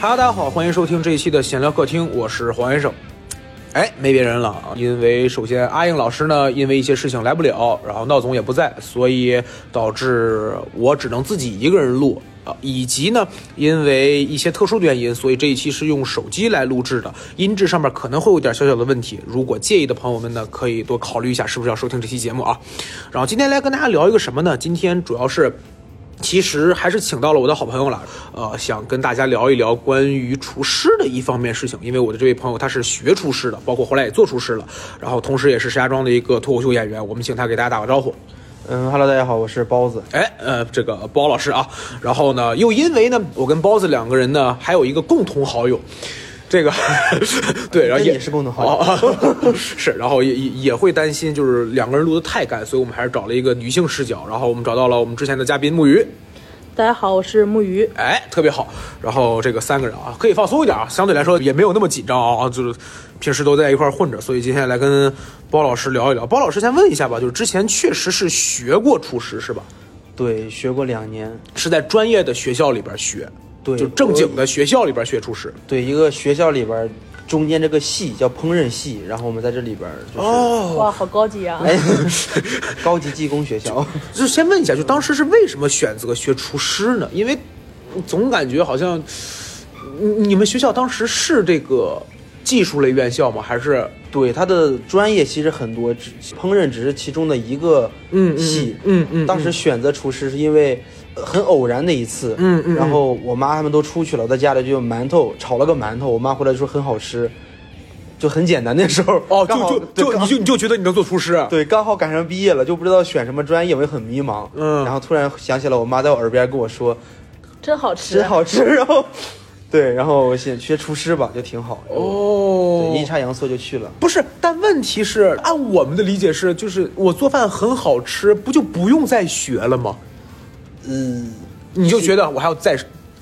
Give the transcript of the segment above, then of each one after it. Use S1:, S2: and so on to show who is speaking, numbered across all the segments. S1: 哈喽，大家好，欢迎收听这一期的闲聊客厅，我是黄先生。哎，没别人了啊，因为首先阿英老师呢，因为一些事情来不了，然后闹总也不在，所以导致我只能自己一个人录啊，以及呢，因为一些特殊的原因，所以这一期是用手机来录制的，音质上面可能会有点小小的问题，如果介意的朋友们呢，可以多考虑一下是不是要收听这期节目啊。然后今天来跟大家聊一个什么呢？今天主要是。其实还是请到了我的好朋友了，呃，想跟大家聊一聊关于厨师的一方面事情，因为我的这位朋友他是学厨师的，包括后来也做厨师了，然后同时也是石家庄的一个脱口秀演员，我们请他给大家打个招呼。
S2: 嗯，Hello，大家好，我是包子。
S1: 哎，呃，这个包老师啊，然后呢，又因为呢，我跟包子两个人呢，还有一个共同好友。这个 对，然后
S2: 跟你是共同好友
S1: 友， 是，然后也也也会担心，就是两个人录的太干，所以我们还是找了一个女性视角，然后我们找到了我们之前的嘉宾木鱼，
S3: 大家好，我是木鱼。
S1: 哎，特别好。然后这个三个人啊，可以放松一点啊，相对来说也没有那么紧张啊，就是平时都在一块儿混着，所以今天来跟包老师聊一聊。包老师先问一下吧，就是之前确实是学过厨师是吧？
S2: 嗯对，学过两年，
S1: 是在专业的学校里边学，
S2: 对
S1: 就正经的学校里边学厨师。
S2: 对一个学校里边儿中间这个系叫烹饪系，然后我们在这里边儿就是
S1: 哦，
S3: 哇，好高级啊！
S2: 哎，高级技工 学校。
S1: 就先问一下，就当时是为什么选择学厨师呢？因为总感觉好像你你们学校当时是这个技术类院校吗？还是
S2: 对，它的专业其实很多，只烹饪只是其中的一个
S1: 嗯嗯
S2: 系。
S1: 嗯嗯嗯
S2: 当时选择厨师是因为呃很偶然的一次，
S1: 嗯嗯嗯
S2: 然后我妈他们都出去了，我在家里就有馒头炒了个馒头，我妈回来就说很好吃，就很简单。那时候
S1: 哦，
S2: 刚好
S1: 就
S2: 对
S1: 就就
S2: 刚
S1: 你就你就觉得你能做厨师啊？
S2: 对，刚好赶上毕业了，就不知道选什么专业，我也很迷茫。
S1: 嗯
S2: 然后突然想起了我妈在我耳边跟我说
S3: 真好：“吃，
S2: 真好吃。”然后， 对，然后我想学厨师吧，就挺好。
S1: 哦
S2: 对，阴差阳错就去了。
S1: 不是，但问题是，按我们的理解是，就是我做饭很好吃，不就不用再学了吗？
S2: 嗯，
S1: 你就觉得我还要再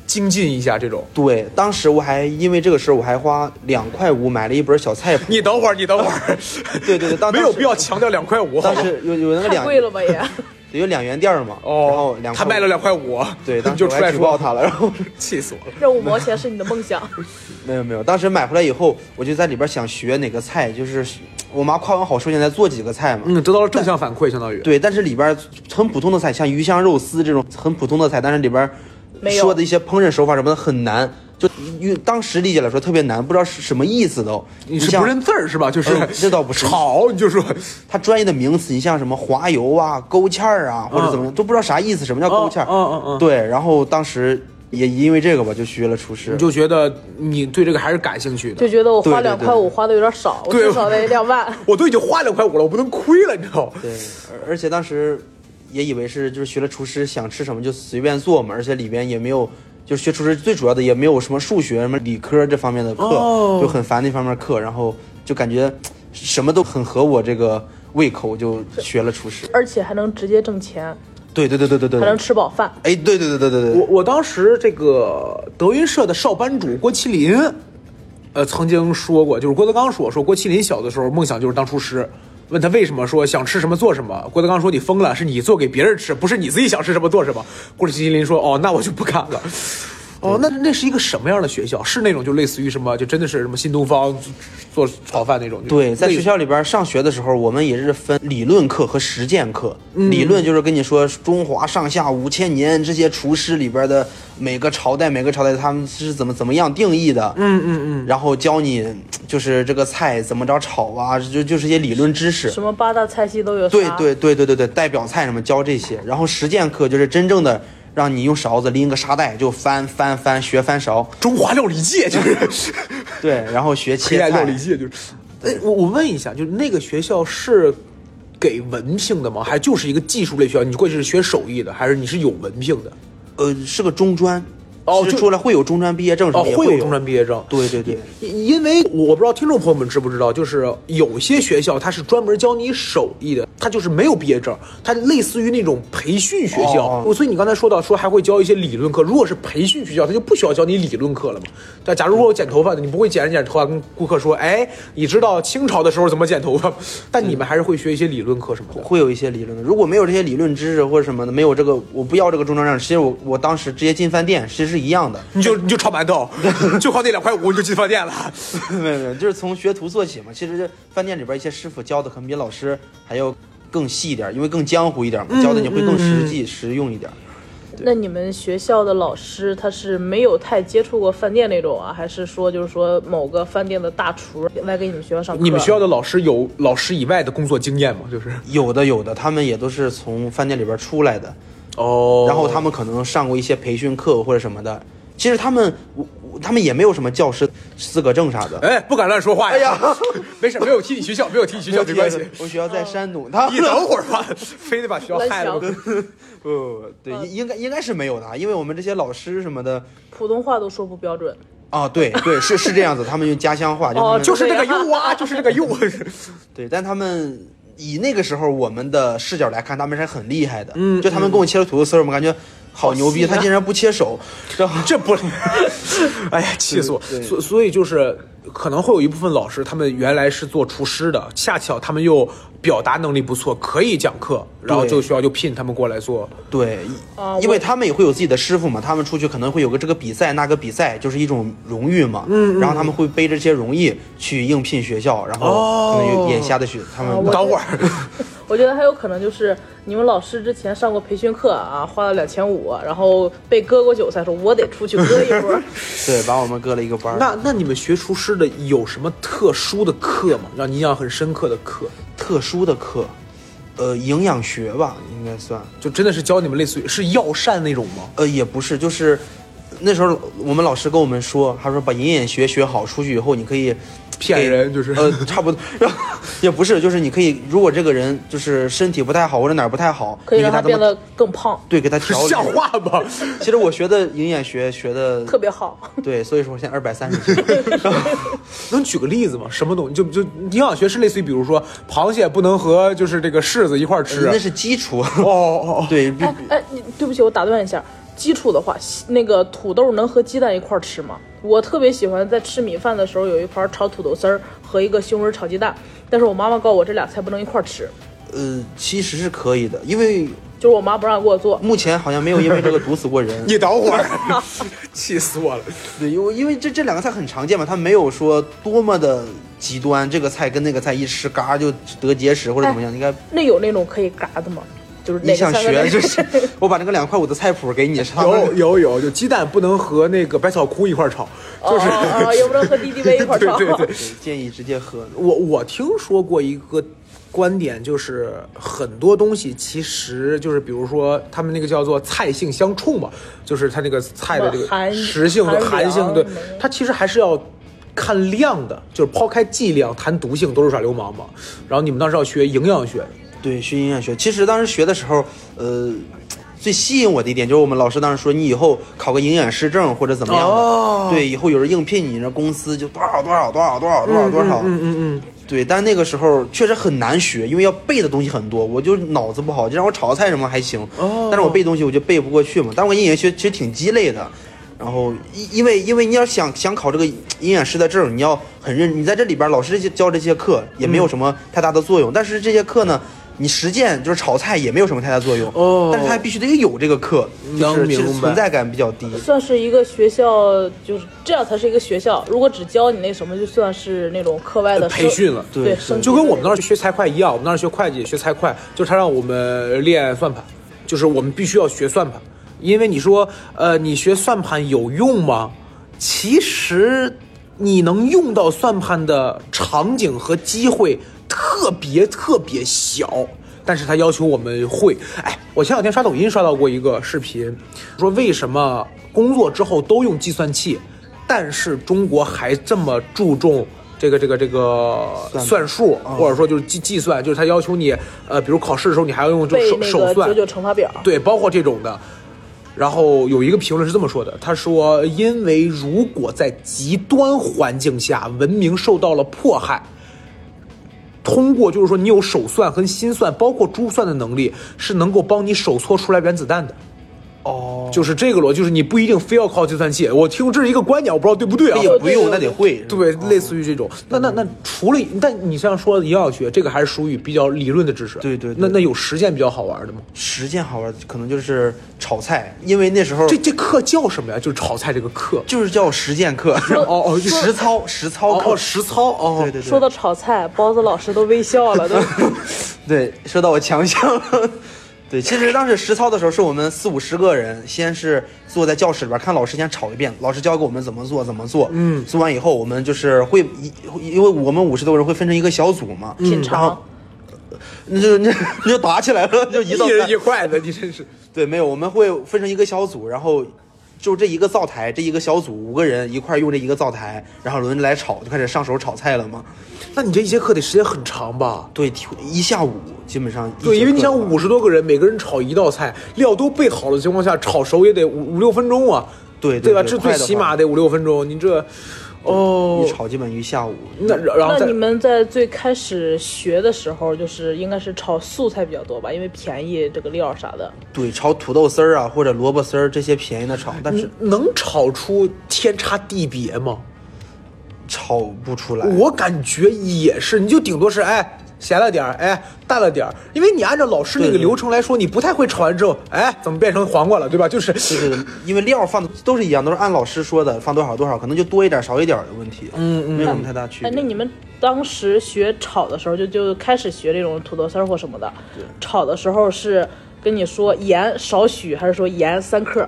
S1: 精进一下这种。
S2: 对，当时我还因为这个事儿，我还花两块五买了一本小菜谱。
S1: 你等会儿，你等会儿，
S2: 对对对 当
S1: 没有
S2: 当时
S1: 必要强调两块五，好
S2: 当
S1: 吧？
S2: 时有有那个
S3: 太
S2: 两
S3: 贵了吧 也？
S2: 有两元店儿嘛，然后
S1: 哦，
S2: 两块
S1: 他卖了两块五，
S2: 对，当
S1: 你
S2: 时
S1: 就
S2: 我
S1: 出
S2: 还
S1: 来
S2: 举报
S1: 说
S2: 他了，然后
S1: 气死我了。
S3: 让五毛钱是你的梦想。
S2: 没有没有，当时买回来以后，我就在里边想学哪个菜，就是我妈夸完好说想再做几个菜嘛，
S1: 嗯，得到了正向反馈，相当于。
S2: 对，但是里边儿很普通的菜，像鱼香肉丝这种很普通的菜，但是里边儿
S3: 没有
S2: 说的一些烹饪手法什么的很难，就因为当时理解来说特别难，不知道是什么意思都。
S1: 你是
S2: 像
S1: 不认字儿是吧？就是
S2: 嗯这倒不是
S1: 炒，你就说
S2: 它专业的名词，你像什么滑油啊、勾芡儿啊，或者怎么样，都不知道啥意思，什么叫勾芡儿？
S1: 嗯嗯嗯
S2: 对，然后当时也因为这个吧，就学了厨师
S1: 你。就觉得你对这个还是感兴趣的。
S3: 就觉得我
S2: 对
S3: 花
S2: 对对
S3: 两块五花的有点少，我
S1: 对
S3: 至少得两万。
S1: 我都已经花两块五了，我不能亏了，你知道吗？
S2: 对，而而且当时也以为是就是学了厨师，想吃什么就随便做嘛，而且里边也没有。就是学厨师最主要的也没有什么数学、什么理科这方面的课，
S1: 哦
S2: 就很烦那方面课，然后就感觉什么都很合我这个胃口，就学了厨师。
S3: 而且还能直接挣钱，
S2: 对对对对对对
S3: 还能
S2: 对，
S3: 吃饱饭。
S2: 哎，对对对对对
S1: 我
S2: 对，
S1: 我当时这个德云社的少班主郭麒麟，呃，曾经说过，就是郭德纲说说郭麒麟小的时候梦想就是当厨师。问他为什么说想吃什么做什么，郭德纲说你疯了，是你做给别人吃，不是你自己想吃什么做什么。郭麒麟说哦，那我就不干了。哦，那那是一个什么样的学校？是那种就类似于什么，就真的是什么新东方做炒饭那种？就
S2: 对，在
S1: 类
S2: 学校里边上学的时候，我们也是分理论课和实践课。理论就是跟你说中华上下五千年这些厨师里边的每个朝代，每个朝代他们是怎么怎么样定义的。嗯嗯嗯。然后教你就是这个菜怎么着炒啊，就就是一些理论知识。
S3: 什么八大菜系都有啥？
S2: 对对对对对对，代表菜什么教这些，然后实践课就是真正的让你用勺子拎个沙袋就翻翻翻学翻勺，
S1: 中华料理界就是
S2: 对，然后学
S1: 黑
S2: 切
S1: 暗
S2: 菜。
S1: 料理界就是。哎，我我问一下，就是那个学校是给文凭的吗？还就是一个技术类学校？你过去是学手艺的，还是你是有文凭的？
S2: 呃，是个中专，
S1: 哦
S2: 是
S1: 就
S2: 出来会有中专毕业证什
S1: 哦，
S2: 么也
S1: 会有
S2: 有
S1: 中专毕业证。
S2: 对对对，
S1: 因因为我不知道听众朋友们知不知道，就是有些学校它是专门教你手艺的，它就是没有毕业证，它类似于那种培训学校
S2: 哦。哦
S1: 所以你刚才说到说还会教一些理论课，如果是培训学校，它就不需要教你理论课了嘛。但假如说我剪头发的，你不会剪着剪着头发跟顾客说，哎，你知道清朝的时候怎么剪头发吗？ 但你们还是会学一些理论课什么的。
S2: 会有一些理论的。如果没有这些理论知识或者什么的，没有这个我不要这个中专证，其实我我当时直接进饭店，其实是一样的。
S1: 你就你就炒馒头，就靠那两块五你就进饭店了。
S2: 没有没有，就是从学徒做起嘛。其实饭店里边一些师傅教的可能比老师还要更细一点，因为更江湖一点
S1: 嗯
S2: 嘛，教的你会更实际、实用一点。
S3: 那你们学校的老师他是没有太接触过饭店那种啊，还是说就是说某个饭店的大厨来给你们学校上课？
S1: 你们学校的老师有老师以外的工作经验吗？就是
S2: 有的有的，他们也都是从饭店里边出来的，
S1: 哦
S2: 然后他们可能上过一些培训课或者什么的。其实他们，我我他们也没有什么教师资格证啥的。
S1: 哎，不敢乱说话呀！
S2: 哎呀，
S1: 没事，没有踢你学校，没有踢你学校，没关 系。
S2: 我学校在山东，他
S1: 你 等会儿吧， 非得把学校害了。
S2: 不
S3: 蓝
S2: 不不，呃对，应应该应该是没有的啊，因为我们这些老师什么的，
S3: 普通话都说不标准，
S2: 啊，对对，是是这样子，他们用家乡话，就他
S3: 哦
S2: 们
S1: 就是那个又啊， 就是那个又。
S2: 对，但他们以那个时候我们的视角来看，他们是很厉害的。嗯，就他们跟我切土豆丝儿，我们感觉好牛逼，
S3: 好细啊
S2: 他竟然不切手，然后
S1: 这不，哎呀，气死我！
S2: 对对
S1: 所所以就是，可能会有一部分老师，他们原来是做厨师的，恰巧他们又表达能力不错，可以讲课，然后
S2: 对
S1: 就学校就聘他们过来做。
S2: 对
S3: 啊，
S2: 因为他们也会有自己的师傅嘛，他们出去可能会有个这个比赛那个比赛，就是一种荣誉嘛。嗯，然后他们会背着这些荣誉去应聘学校，然后可能有眼瞎的学他
S3: 啊
S2: 们
S3: 我
S1: 等会儿，
S3: 我觉得还有可能就是你们老师之前上过培训课啊，花了两千五，然后被割过韭菜，说我得出去割一 波。
S2: 对把我们割了一个班儿。
S1: 那那你们学厨师的有什么特殊的课吗？让你印象很深刻的课？
S2: 特殊的课，呃，营养学吧，应该算。
S1: 就真的是教你们类似于是药膳那种吗？
S2: 呃，也不是，就是那时候我们老师跟我们说，他说把隐眼学学好，出去以后你可以
S1: 骗
S2: 给
S1: 人就是
S2: 呃，差不多， 然后也不是，就是你可以，如果这个人就是身体不太好或者哪儿不太好，
S3: 可以
S2: 你给
S3: 让
S2: 他
S3: 他
S2: 怎
S3: 变
S2: 么
S3: 得更胖，
S2: 对给他调
S1: 像
S2: 理。
S1: 话吗？
S2: 其实我学的营眼学学的
S3: 特别好。
S2: 对，所以说我现在二百 三十斤。
S1: 能举个例子吗？什么东西？就就营养学是类似于，比如说螃蟹不能和就是这个柿子一块儿吃。
S2: 呃那是基础。
S1: 哦哦哦，
S2: 对，比
S3: 哎哎，你对不起，我打断一下。基础的话，西那个土豆能和鸡蛋一块儿吃吗？我特别喜欢在吃米饭的时候有一盘炒土豆丝儿和一个西红柿炒鸡蛋，但是我妈妈告诉我这俩菜不能一块儿吃，
S2: 呃，其实是可以的，因为
S3: 就是我妈不让给我做。
S2: 目前好像没有因为这个毒死过人。
S1: 你等会 儿，气死我了！
S2: 对，因为因为这这两个菜很常见嘛，它没有说多么的极端，这个菜跟那个菜一吃，嘎就得结石或者怎么样。应该
S3: 那有那种可以嘎的吗？就是哪
S2: 你
S3: 个
S2: 想
S3: 菜跟
S2: 学
S3: 哪
S2: 就
S3: 个
S2: 是，我把那个两块五的菜谱给你，他们
S1: 有有有，就鸡蛋不能和那个百草枯一块儿炒，就是。
S3: 哦哦哦，也不能和 敌敌畏一块儿
S1: 对
S3: 炒。
S1: 对对
S2: 对 建议直接喝。
S1: 我我听说过一个观点，就是很多东西其实就是，比如说他们那个叫做菜性相冲嘛，就是它那个菜的这
S3: 什么含
S1: 个实性和
S3: 含
S1: 寒
S3: 量
S1: 性，对
S3: 什么的，
S1: 它其实还是要。看量的，就是抛开剂量谈毒性，都是耍流氓嘛。然后你们当时要学营养学，
S2: 对，学营养学，其实当时学的时候，呃，最吸引我的一点就是我们老师当时说，你以后考个营养师证或者怎么样的，
S1: 哦
S2: 对，以后有人应聘你，那公司就多少多少多少多少多少多少，嗯嗯嗯对，但那个时候确实很难学，因为要背的东西很多，我就脑子不好，就让我炒菜什么还行，
S1: 哦
S2: 但是我背东西我就背不过去嘛。但我营养学其实挺鸡肋的，然后因因为因为你要想想考这个营养师的证，你要很认，你在这里边老师教这些课也没有什么太大的作用，但是这些课呢。你实践就是炒菜也没有什么太大作用，
S1: 哦
S2: 但是他必须得有这个课，就
S1: 能
S2: 是其
S1: 明
S2: 实
S1: 白
S2: 存在感比较低。
S3: 算是一个学校，就是这样才是一个学校。如果只教你那什么，就算是那种课外的
S1: 呃培训了
S3: 对，
S2: 对
S3: 升
S1: 就跟我们
S3: 级
S1: 当时学财会一样，我们当时学会计、学财会，就是他让我们练算盘，就是我们必须要学算盘，因为你说，呃，你学算盘有用吗？其实你能用到算盘的场景和机会特别特别小。但是他要求我们会，哎，我前两天刷抖音刷到过一个视频，说为什么工作之后都用计算器，但是中国还这么注重这个这个这个
S2: 算
S1: 算数，或者说就是计计算，就是他要求你，呃，比如考试的时候你还要用就
S3: 背
S1: 手
S3: 那
S1: 手
S3: 个
S1: 算
S3: 九，九乘法表，
S1: 对，包括这种的。然后有一个评论是这么说的，他说：“因为如果在极端环境下，文明受到了迫害，通过就是说你有手算和心算，包括珠算的能力，是能够帮你手搓出来原子弹的。”
S2: 哦，
S1: 就是这个逻辑，就是你不一定非要靠计算器。我听这是一个观点，我不知道对不对
S3: 哎
S1: 啊。
S2: 也不用，那得会。是吧
S1: 对，类似于这种。那那那除了，但你像说营养学，这个还是属于比较理论的知识。
S2: 对对对
S1: 那那有实践比较好玩的吗？
S2: 实践好玩，可能就是炒菜，因为那时候
S1: 这这课叫什么呀？就是炒菜这个课。
S2: 就是叫实践课。
S1: 哦哦就
S2: 实操实操
S1: 哦
S2: 课。
S1: 哦，实操哦。
S2: 对对
S3: 说
S2: 对
S3: 到炒菜，包子老师都微笑 了，都
S2: 对，说到我强项 了。对，其实当时实操的时候，是我们四五十个人，先是坐在教室里边看老师先炒一遍，老师教给我们怎么做怎么做。嗯，做完以后，我们就是会一，因为我们五十多个人会分成一个小组嘛，
S1: 嗯
S3: 品
S2: 然后呃
S3: 尝。
S2: 那就 那那就打起来了，就一道
S1: 一
S2: 菜
S1: 人一筷子，你真 是。
S2: 对，没有，我们会分成一个小组，然后就这一个灶台，这一个小组五个人一块儿用这一个灶台，然后轮着来炒，就开始上手炒菜了嘛。
S1: 那你这一节课得时间很长吧？
S2: 对，挺一下午基本上一
S1: 对，
S2: 节
S1: 因为你
S2: 课
S1: 想
S2: 的话
S1: 五十多个人，每个人炒一道菜，料都备好了的情况下，炒熟也得五五六分钟啊。
S2: 对
S1: 对吧？
S2: 对
S1: 这最
S2: 对快的
S1: 起
S2: 话
S1: 码得五六分钟。你这，哦
S2: 一，炒基本一下午。
S1: 那然后
S3: 那
S1: 再
S3: 你们在最开始学的时候，就是应该是炒素菜比较多吧，因为便宜这个料啥的。
S2: 对，炒土豆丝儿啊，或者萝卜丝儿这些便宜的炒，但是
S1: 能炒出天差地别吗？
S2: 炒不出来。
S1: 我感觉也是，你就顶多是哎咸了点儿，哎淡了点儿，因为你按照老师那
S2: 对
S1: 个
S2: 对
S1: 流程来说，你不太会炒完之后，哎怎么变成黄瓜了，对吧？ 就是
S2: 对对对，因为料放的都是一样，都是按老师说的放多少多少，可能就多一点少一点的问题，嗯嗯，没有什么太大区别。
S3: 哎，那你们当时学炒的时候就，就开始学这种土豆丝儿或什么的。炒的时候是跟你说盐少许，还是说盐三克？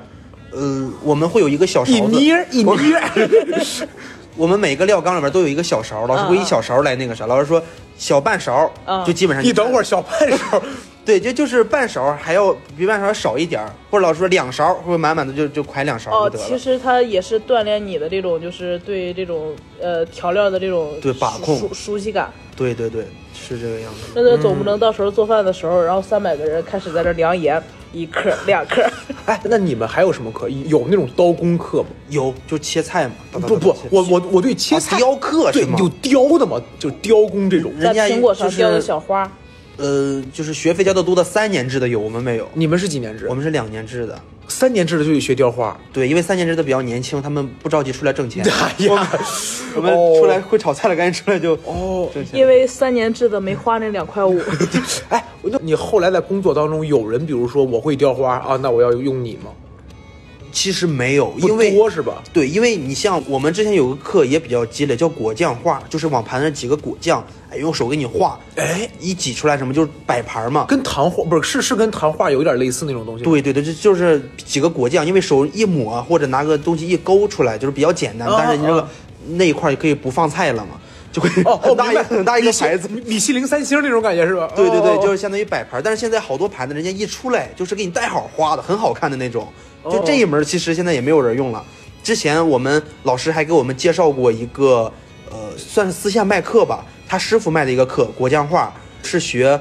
S2: 呃，我们会有一个小勺
S1: 一
S2: 子，
S1: 捏 儿一捏儿，
S2: 我们每个料缸里面都有一个小勺，老师
S3: 嗯
S2: 会以小勺来那个啥，老师说小半勺
S3: 嗯，
S2: 就基本上
S1: 你等会儿小半勺，
S2: 对，就就是半勺，还要比半勺少一点儿，或者老师说两勺，或者满满的就就㧟两勺
S3: 哦，
S2: 就得
S3: 其
S2: 了。
S3: 实它也是锻炼你的这种，就是对这种呃调料的这种
S2: 对把
S3: 熟
S2: 控
S3: 熟熟悉感。
S2: 对对对，是这个样子。
S3: 那那总不能到时候做饭的时
S2: 嗯
S3: 候，然后三百个人开始在这量盐，一克两克。
S1: 哎，那你们还有什么课？有那种刀工课吗？
S2: 有就切菜嘛？哒哒哒
S1: 不不
S2: 切，
S1: 我我我对切菜
S2: 啊雕刻
S1: 对
S2: 是吗
S1: 有雕的吗？就雕工这种。
S2: 人家
S3: 在苹果上
S2: 就是
S3: 雕个小花，
S2: 呃，就是学费交的多的三年制的有，我们没有，
S1: 你们是几年制
S2: 我？们是两年制的。
S1: 三年制的就得学雕花。
S2: 对，因为三年制的比较年轻，他们不着急出来挣钱。
S1: 哎呀，
S2: 我们
S1: 哦
S2: 出来会炒菜了，赶紧出来就
S1: 哦，
S2: 挣钱。
S3: 因为三年制的没花那两 块五。
S1: 哎，那你后来在工作当中有人，比如说我会雕花啊，那我要用你吗？
S2: 其实没有，
S1: 不
S2: 因为
S1: 多是吧？
S2: 对，因为你像我们之前有个课也比较鸡肋，叫果酱画，就是往盘上几个果酱，哎，用手给你画，
S1: 哎，
S2: 一挤出来什么就是摆盘嘛。
S1: 跟糖画不是是是跟糖画有点类似那种东西。，
S2: 对对对，这就是几个果酱，因为手一抹或者拿个东西一勾出来，就是比较简单。
S1: 啊
S2: 但是你这个、
S1: 啊
S2: 那一块儿也可以不放菜了嘛，就会
S1: 哦，
S2: 很大一、很大一个牌子。
S1: 米米其林三星那种感觉是吧？哦
S2: 对对对，就是
S1: 是
S2: 相当于摆盘儿，但是现在好多盘子，人家一出来就是给你带好花的，很好看的那种。就这一门，其实现在也没有人用了。之前我们老师还给我们介绍过一个，呃，算是私下卖课吧，他师傅卖的一个课，果酱画是学，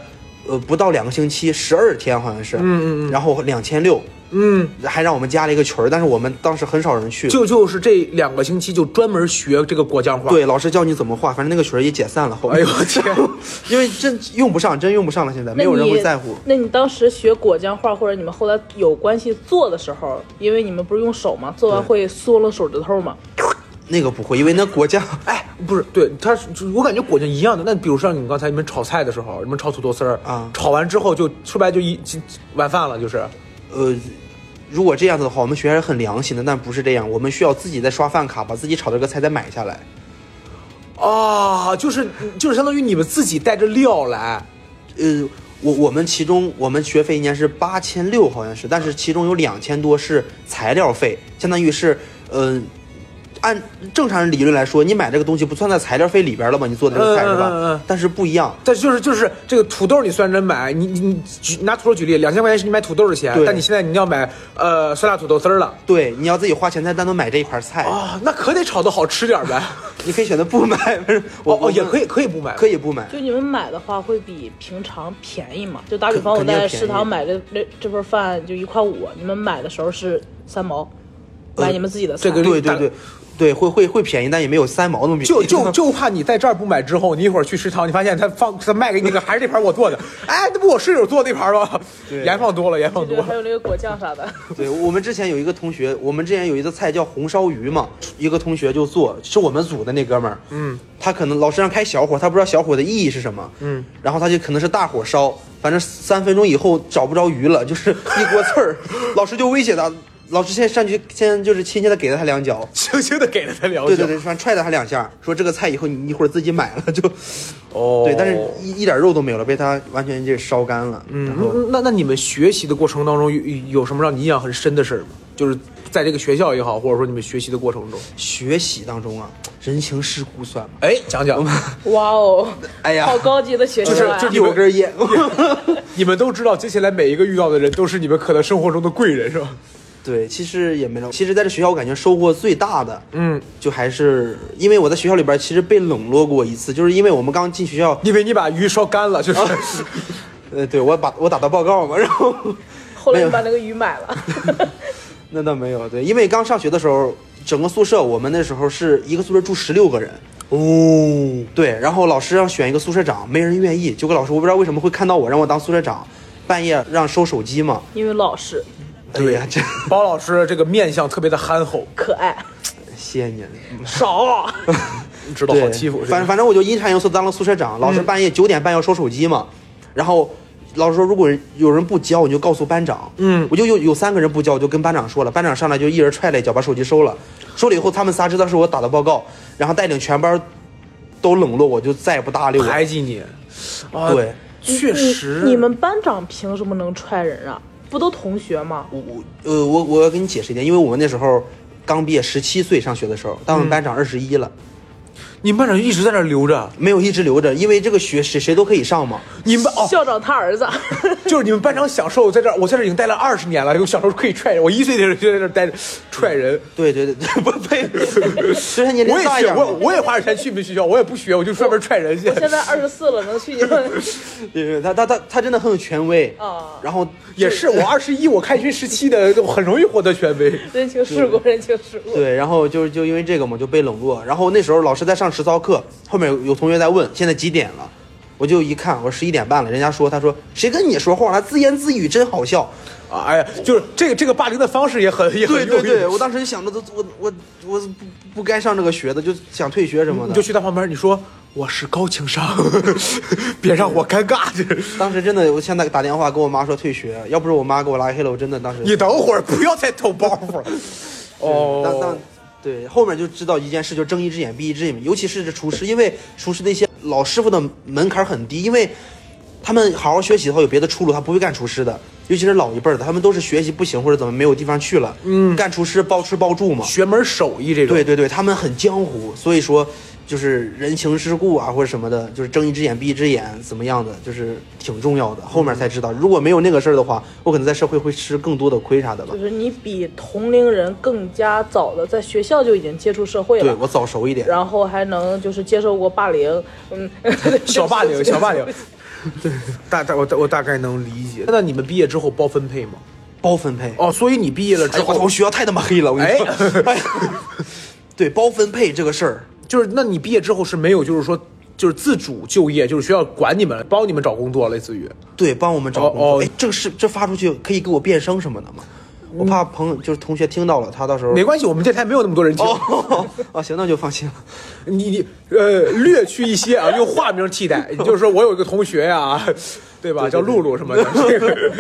S2: 呃，不到两个星期，十二天好像是，嗯嗯，然后两千六，
S1: 嗯，
S2: 还让我们加了一个群儿，但是我们当时很少人去。
S1: 就就是这两个星期就专门学这个果酱画。，
S2: 对，老师教你怎么画，反正那个群儿也解散了。后
S1: 哎
S2: 面，
S1: 呦我天，
S2: 因为真用不上，真用不上了，现在没有人会在乎。
S3: 那你。那你当时学果酱画，或者你们后来有关系做的时候，因为你们不是用手嘛，做完
S2: 对
S3: 会缩了手指头嘛。
S2: 那个不会，因为那果酱，
S1: 哎，不是，对，它是就我感觉果酱一样的。那比如像你刚才你们炒菜的时候，你们炒土豆丝儿
S2: 啊
S1: 炒完之后就说白了就一就晚饭了，就是。
S2: 呃，如果这样子的话，我们学校是很良心的，但不是这样，我们需要自己再刷饭卡，把自己炒的这个菜再买下来。
S1: 啊，就是就是相当于你们自己带着料来，
S2: 呃，我我们其中我们学费一年是八千六，好像是，但是其中有两千多是材料费，相当于是，呃。按正常人理论来说，你买这个东西不算在材料费里边了吧？你做的这个菜是吧？
S1: 嗯嗯嗯嗯
S2: 但是不一样，
S1: 但是就是就是这个土豆，你虽然真买，你你你举拿土豆举例，两千块钱是你买土豆的钱，
S2: 对
S1: 但你现在你要买呃酸辣土豆丝儿了
S2: 对，你要自己花钱再单独买这一盘菜。
S1: 啊，那可得炒的好吃点儿呗。
S2: 你可以选择不买，不是 我
S1: 哦哦，也可
S2: 以
S1: 以可以不买，
S2: 可以不买，
S3: 就你们买的话，会比平常便宜嘛？就打比方，
S2: 肯
S3: 我
S2: 肯定
S3: 在
S2: 便宜
S3: 食堂买这这这份饭就一块五，你们买的时候是三毛，买你们自己的菜。
S1: 呃这个
S2: 呃对对对对，会会会便宜，但也没有三毛那么便宜。
S1: 就就就怕你在这儿不买之后，你一会儿去食堂，你发现他放他卖给你那个还是这盘我 做的，哎，那不我室友做那盘吗？
S2: 对
S1: 盐放多了，盐放
S3: 对
S1: 多
S3: 对，还
S1: 了。
S3: 有那个果酱啥的。
S2: 对我们之前有一个同学，我们之前有一道菜叫红烧鱼嘛，一个同学就做，是我们组的那哥们儿，嗯，他可能老师让开小火，他不知道小火的意义是什么，嗯，然后他就可能是大火烧，反正三分钟以后找不着鱼了，就是一锅刺 儿，老师就威胁他，老师现在上去先就是亲切的给了他两脚，
S1: 轻轻的给了他两脚，
S2: 对对对，反正踹了他两下，说这个菜以后你一会儿自己买了就，
S1: 哦，
S2: 对，但是一一点肉都没有了，被他完全就烧干了，然后。
S1: 嗯，那那你们学习的过程当中有有什么让你印象很深的事儿吗？就是在这个学校也好，或者说你们学习的过程中，
S2: 学习当中啊，人情世故算吗？
S1: 哎，讲 讲，
S3: 哇哦，
S2: 哎呀
S3: 好高级的学
S1: 就是
S3: 校啊！
S1: 就
S2: 呃一根烟。
S1: 你们都知道，接下来每一个遇到的人都是你们可能生活中的贵人，是吧？
S2: 对，其实也没有。其实在这学校，我感觉收获最大的，
S1: 嗯，
S2: 就还是因为我在学校里边其实被冷落过一次，就是因为我们刚进学校，
S1: 因为你把鱼烧干了，就是、
S2: 呃，对我把我打到报告嘛，然后
S3: 后来
S2: 没有
S3: 你把那个鱼买 了，
S2: 那倒没有，对，因为刚上学的时候，整个宿舍我们那时候是一个宿舍住十六个人，
S1: 哦，
S2: 对，然后老师让选一个宿舍长，没人愿意，结果老师我不知道为什么会看到我，让我当宿舍长，半夜让收手机嘛，
S3: 因为老实
S2: 对呀、这
S1: 包老师这个面相特别的憨厚，
S3: 可爱，
S2: 谢谢您。
S3: 少。
S1: 啊知道
S2: 对，
S1: 好欺负，嗯
S2: 反反正我就阴差阳错当了宿舍长，老师半夜九点半要收手机嘛，然后老师说如果有人不交，你就告诉班长。
S1: 嗯
S2: 我就有有三个人不交，我就跟班长说了，班长上来就一人踹了一脚，把手机收了。收了以后，他们仨知道是我打的报告，然后带领全班都冷落我，就再也不搭理我。
S1: 排挤你，啊，
S2: 对，
S1: 确实，
S3: 你，你们班长凭什么能踹人啊？不都同学吗？
S2: 我我呃我我要跟你解释一点，因为我们那时候刚毕业，十七岁上学的时候，当我们班
S1: 嗯
S2: 长二十一了，
S1: 你们班长一直在那儿留着，
S2: 没有一直留着，因为这个学谁谁都可以上嘛。
S1: 你们班哦，
S3: 校长他儿子，
S1: 就是你们班长享受在这儿，我在这儿已经待了二十年了，我小时候可以踹人，我一岁的时候就在这儿待着踹 人。
S2: 对对 对，不呸，虽然年
S1: 我
S2: 龄大
S1: 也
S2: 一
S1: 学，
S2: 点嘛，
S1: 我我也花着钱去你们学校，我也不学，我就专门踹人去。
S3: 现在二十四了，能去你们？
S2: 对对，他他他他真的很有权威
S3: 啊
S2: 然后
S1: 也是，我二十一，我开学十七的，很容易获得权威。
S3: 人情世故，人情世故。
S2: 对，然后就就因为这个嘛就被冷落。然后那时候老师在上实操课，后面有有同学在问现在几点了，我就一看我十一点半了，人家说他说谁跟你说话了，自言自语真好笑。
S1: 啊，哎呀，就是这个这个霸凌的方式也很也很
S2: 对
S1: 有
S2: 对
S1: 用
S2: 对，我当时就想着都我我我不不该上这个学的，嗯就想退学什么
S1: 你
S2: 的。
S1: 就去他旁边，你说我是高情商， 别让我尴尬。这
S2: 当时真的，我现在打电话跟我妈说退学，要不是我妈给我拉黑了，我真的当时
S1: 你等会儿不要再抖包袱了。
S2: 但
S1: 哦
S2: 但，对，后面就知道一件事，就睁一只眼闭一只眼，尤其是这厨师，因为厨师那些老师傅的门槛很低，因为他们好好学习的话，有别的出路，他不会干厨师的。尤其是老一辈儿的，他们都是学习不行或者怎么没有地方去了，嗯，干厨师包吃包住嘛。
S1: 学门手艺这种，
S2: 对对对，他们很江湖，所以说就是人情世故啊或者什么的，就是睁一只眼闭一只眼怎么样的，就是挺重要的。后面才知道，如果没有那个事儿的话，我可能在社会会吃更多的亏啥的吧
S3: 就。是你比同龄人更加早的在学校就已经接触社会
S2: 对
S3: 了，
S2: 我早熟一点。
S3: 然后还能就是接受过霸凌，嗯，
S1: 小霸凌，小霸凌。 对，大大我大我大概能理解。那你们毕业之后包分配吗？
S2: 包分配
S1: 哦，所以你毕业了之
S2: 哎，我
S1: 后
S2: 操！，学校太他妈黑了，我跟你说。哎，对，包分配这个事儿，
S1: 就是那你毕业之后是没有，就是说就是自主就业，就是学校管你们，帮你们找工作，类似于
S2: 对，帮我们找工
S1: 哦
S2: 作。
S1: 哦
S2: 哎，这个是这发出去可以给我变声什么的吗？我怕朋友就是同学听到了，他到时
S1: 嗯
S2: 候
S1: 没关系，我们电台没有那么多人听，
S2: 哦哦，行，那就放心了。
S1: 你你呃略去一些啊，用化名替 代，就是说我有一个同学呀、对吧，叫露露什么的，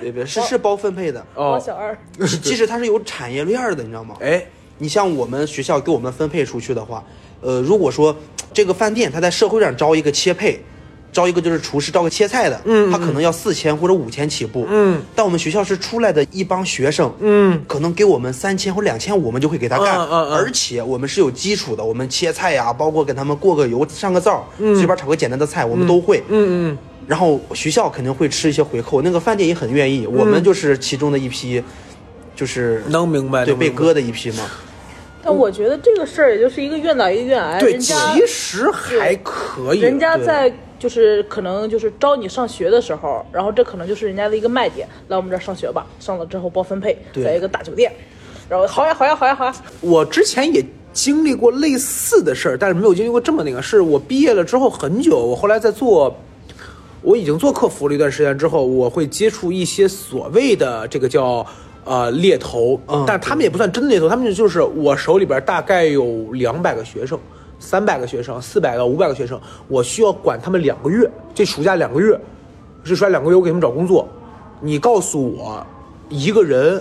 S2: 别别，是是包分配的，
S3: 王
S1: 哦，
S3: 小二，
S2: 其实它是有产业链儿的，你知道吗？
S1: 哎，
S2: 你像我们学校给我们分配出去的话，呃，如果说这个饭店它在社会上招一个切配，招一个就是厨师，招个切菜的，嗯，他可能要四千或者五千起步，嗯，但我们学校是出来的一帮学生，嗯，可能给我们三千或两千，我们就会给他干，
S1: 嗯嗯嗯
S2: 而且我们是有基础的，我们切菜呀、包括给他们过个油、上个灶，随便炒个简单的菜，我们都会，
S1: 嗯嗯，
S2: 然后学校肯定会吃一些回扣，那个饭店也很愿
S1: 嗯
S2: 意，我们就是其中的一批，就是
S1: 能明白，
S2: 对
S1: 能明
S2: 被
S1: 白
S2: 割的一批嘛。
S3: 但我觉得这个事儿也就是一个愿打一个愿挨，
S1: 对，
S3: 人
S1: 其
S3: 家
S1: 实还可以。
S3: 人家
S1: 对
S3: 在就是可能就是招你上学的时候，然后这可能就是人家的一个卖点，来我们这儿上学吧，上了之后包分配，
S1: 对
S3: 在一个大酒店，然后好呀好呀好呀好呀，
S1: 我之前也经历过类似的事儿，但是没有经历过这么那个。是我毕业了之后很久，我后来在做，我已经做客服了一段时间之后，我会接触一些所谓的这个叫。呃，猎头，
S2: 嗯
S1: 但他们也不算真猎头，他们就是我手里边大概有两百个学生、三百个学生、四百个、五百个学生，我需要管他们两个月，这暑假两个月，这暑假两个月我给他们找工作，你告诉我一个人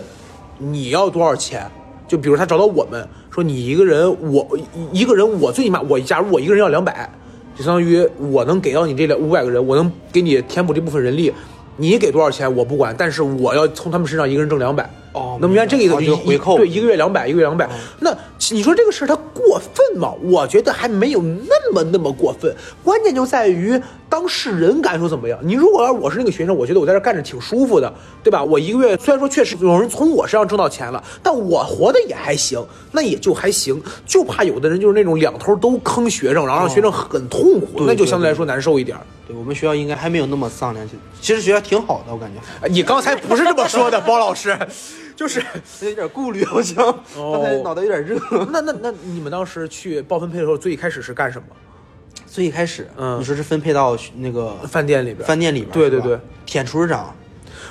S1: 你要多少钱？就比如他找到我们说你一个人我一一个人我最起码我假如我一个人要两百，就相当于我能给到你这两五百个人，我能给你填补这部分人力，你给多少钱我不管，但是我要从他们身上一个人挣两百。
S2: 哦
S1: 能明白这个意思？
S2: 哦
S1: 一
S2: 就是回扣哦
S1: 对，一个月两百，一个月两百。那你说这个事儿它过分吗？我觉得还没有那么那么过分。关键就在于当事人感受怎么样。你如果要我是那个学生，我觉得我在这儿干着挺舒服的，对吧？我一个月虽然说确实有人从我身上挣到钱了，但我活得也还行，那也就还行。就怕有的人就是那种两头都坑学生，然后让学生很痛苦，
S2: 哦对
S1: 那就相对来说难受一点儿。
S2: 对我们学校应该还没有那么丧良心，其实学校挺好的，我感觉。
S1: 哎你刚才不是这么说的，包老师， 就是。
S2: 有点顾虑，好像
S1: 刚才脑
S2: 袋有点热。
S1: 那那那你们当时去报分配的时候，最一开始是干什么？
S2: 最一开始，
S1: 嗯
S2: 你说是分配到那个
S1: 饭店里边，
S2: 饭店里边，
S1: 对
S2: 是吧
S1: 对对，
S2: 舔厨师长，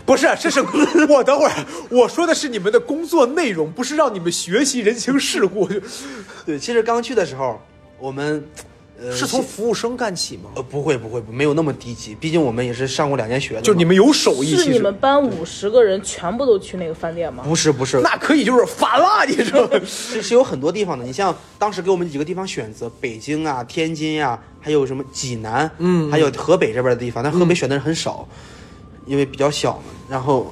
S1: 不是，啊这是我 等会儿我说的是你们的工作内容，不是让你们学习人情世故，
S2: 对，其实刚去的时候，我们呃
S1: 是从服务生干起吗？
S2: 呃不会不会不没有那么低级，毕竟我们也是上过两年学的嘛，
S1: 就你们有手艺，
S3: 是
S1: 其
S3: 你
S1: 实
S3: 们班五十个人全部都去那个饭店吗？
S2: 不是不是，
S1: 那可以就是反了，你知道吗？
S2: 是是有很多地方的。你像当时给我们几个地方选择，北京啊、天津啊，还有什么济南，嗯，还有河北这边的地方，但河北选的人很少，因为比较小嘛。然后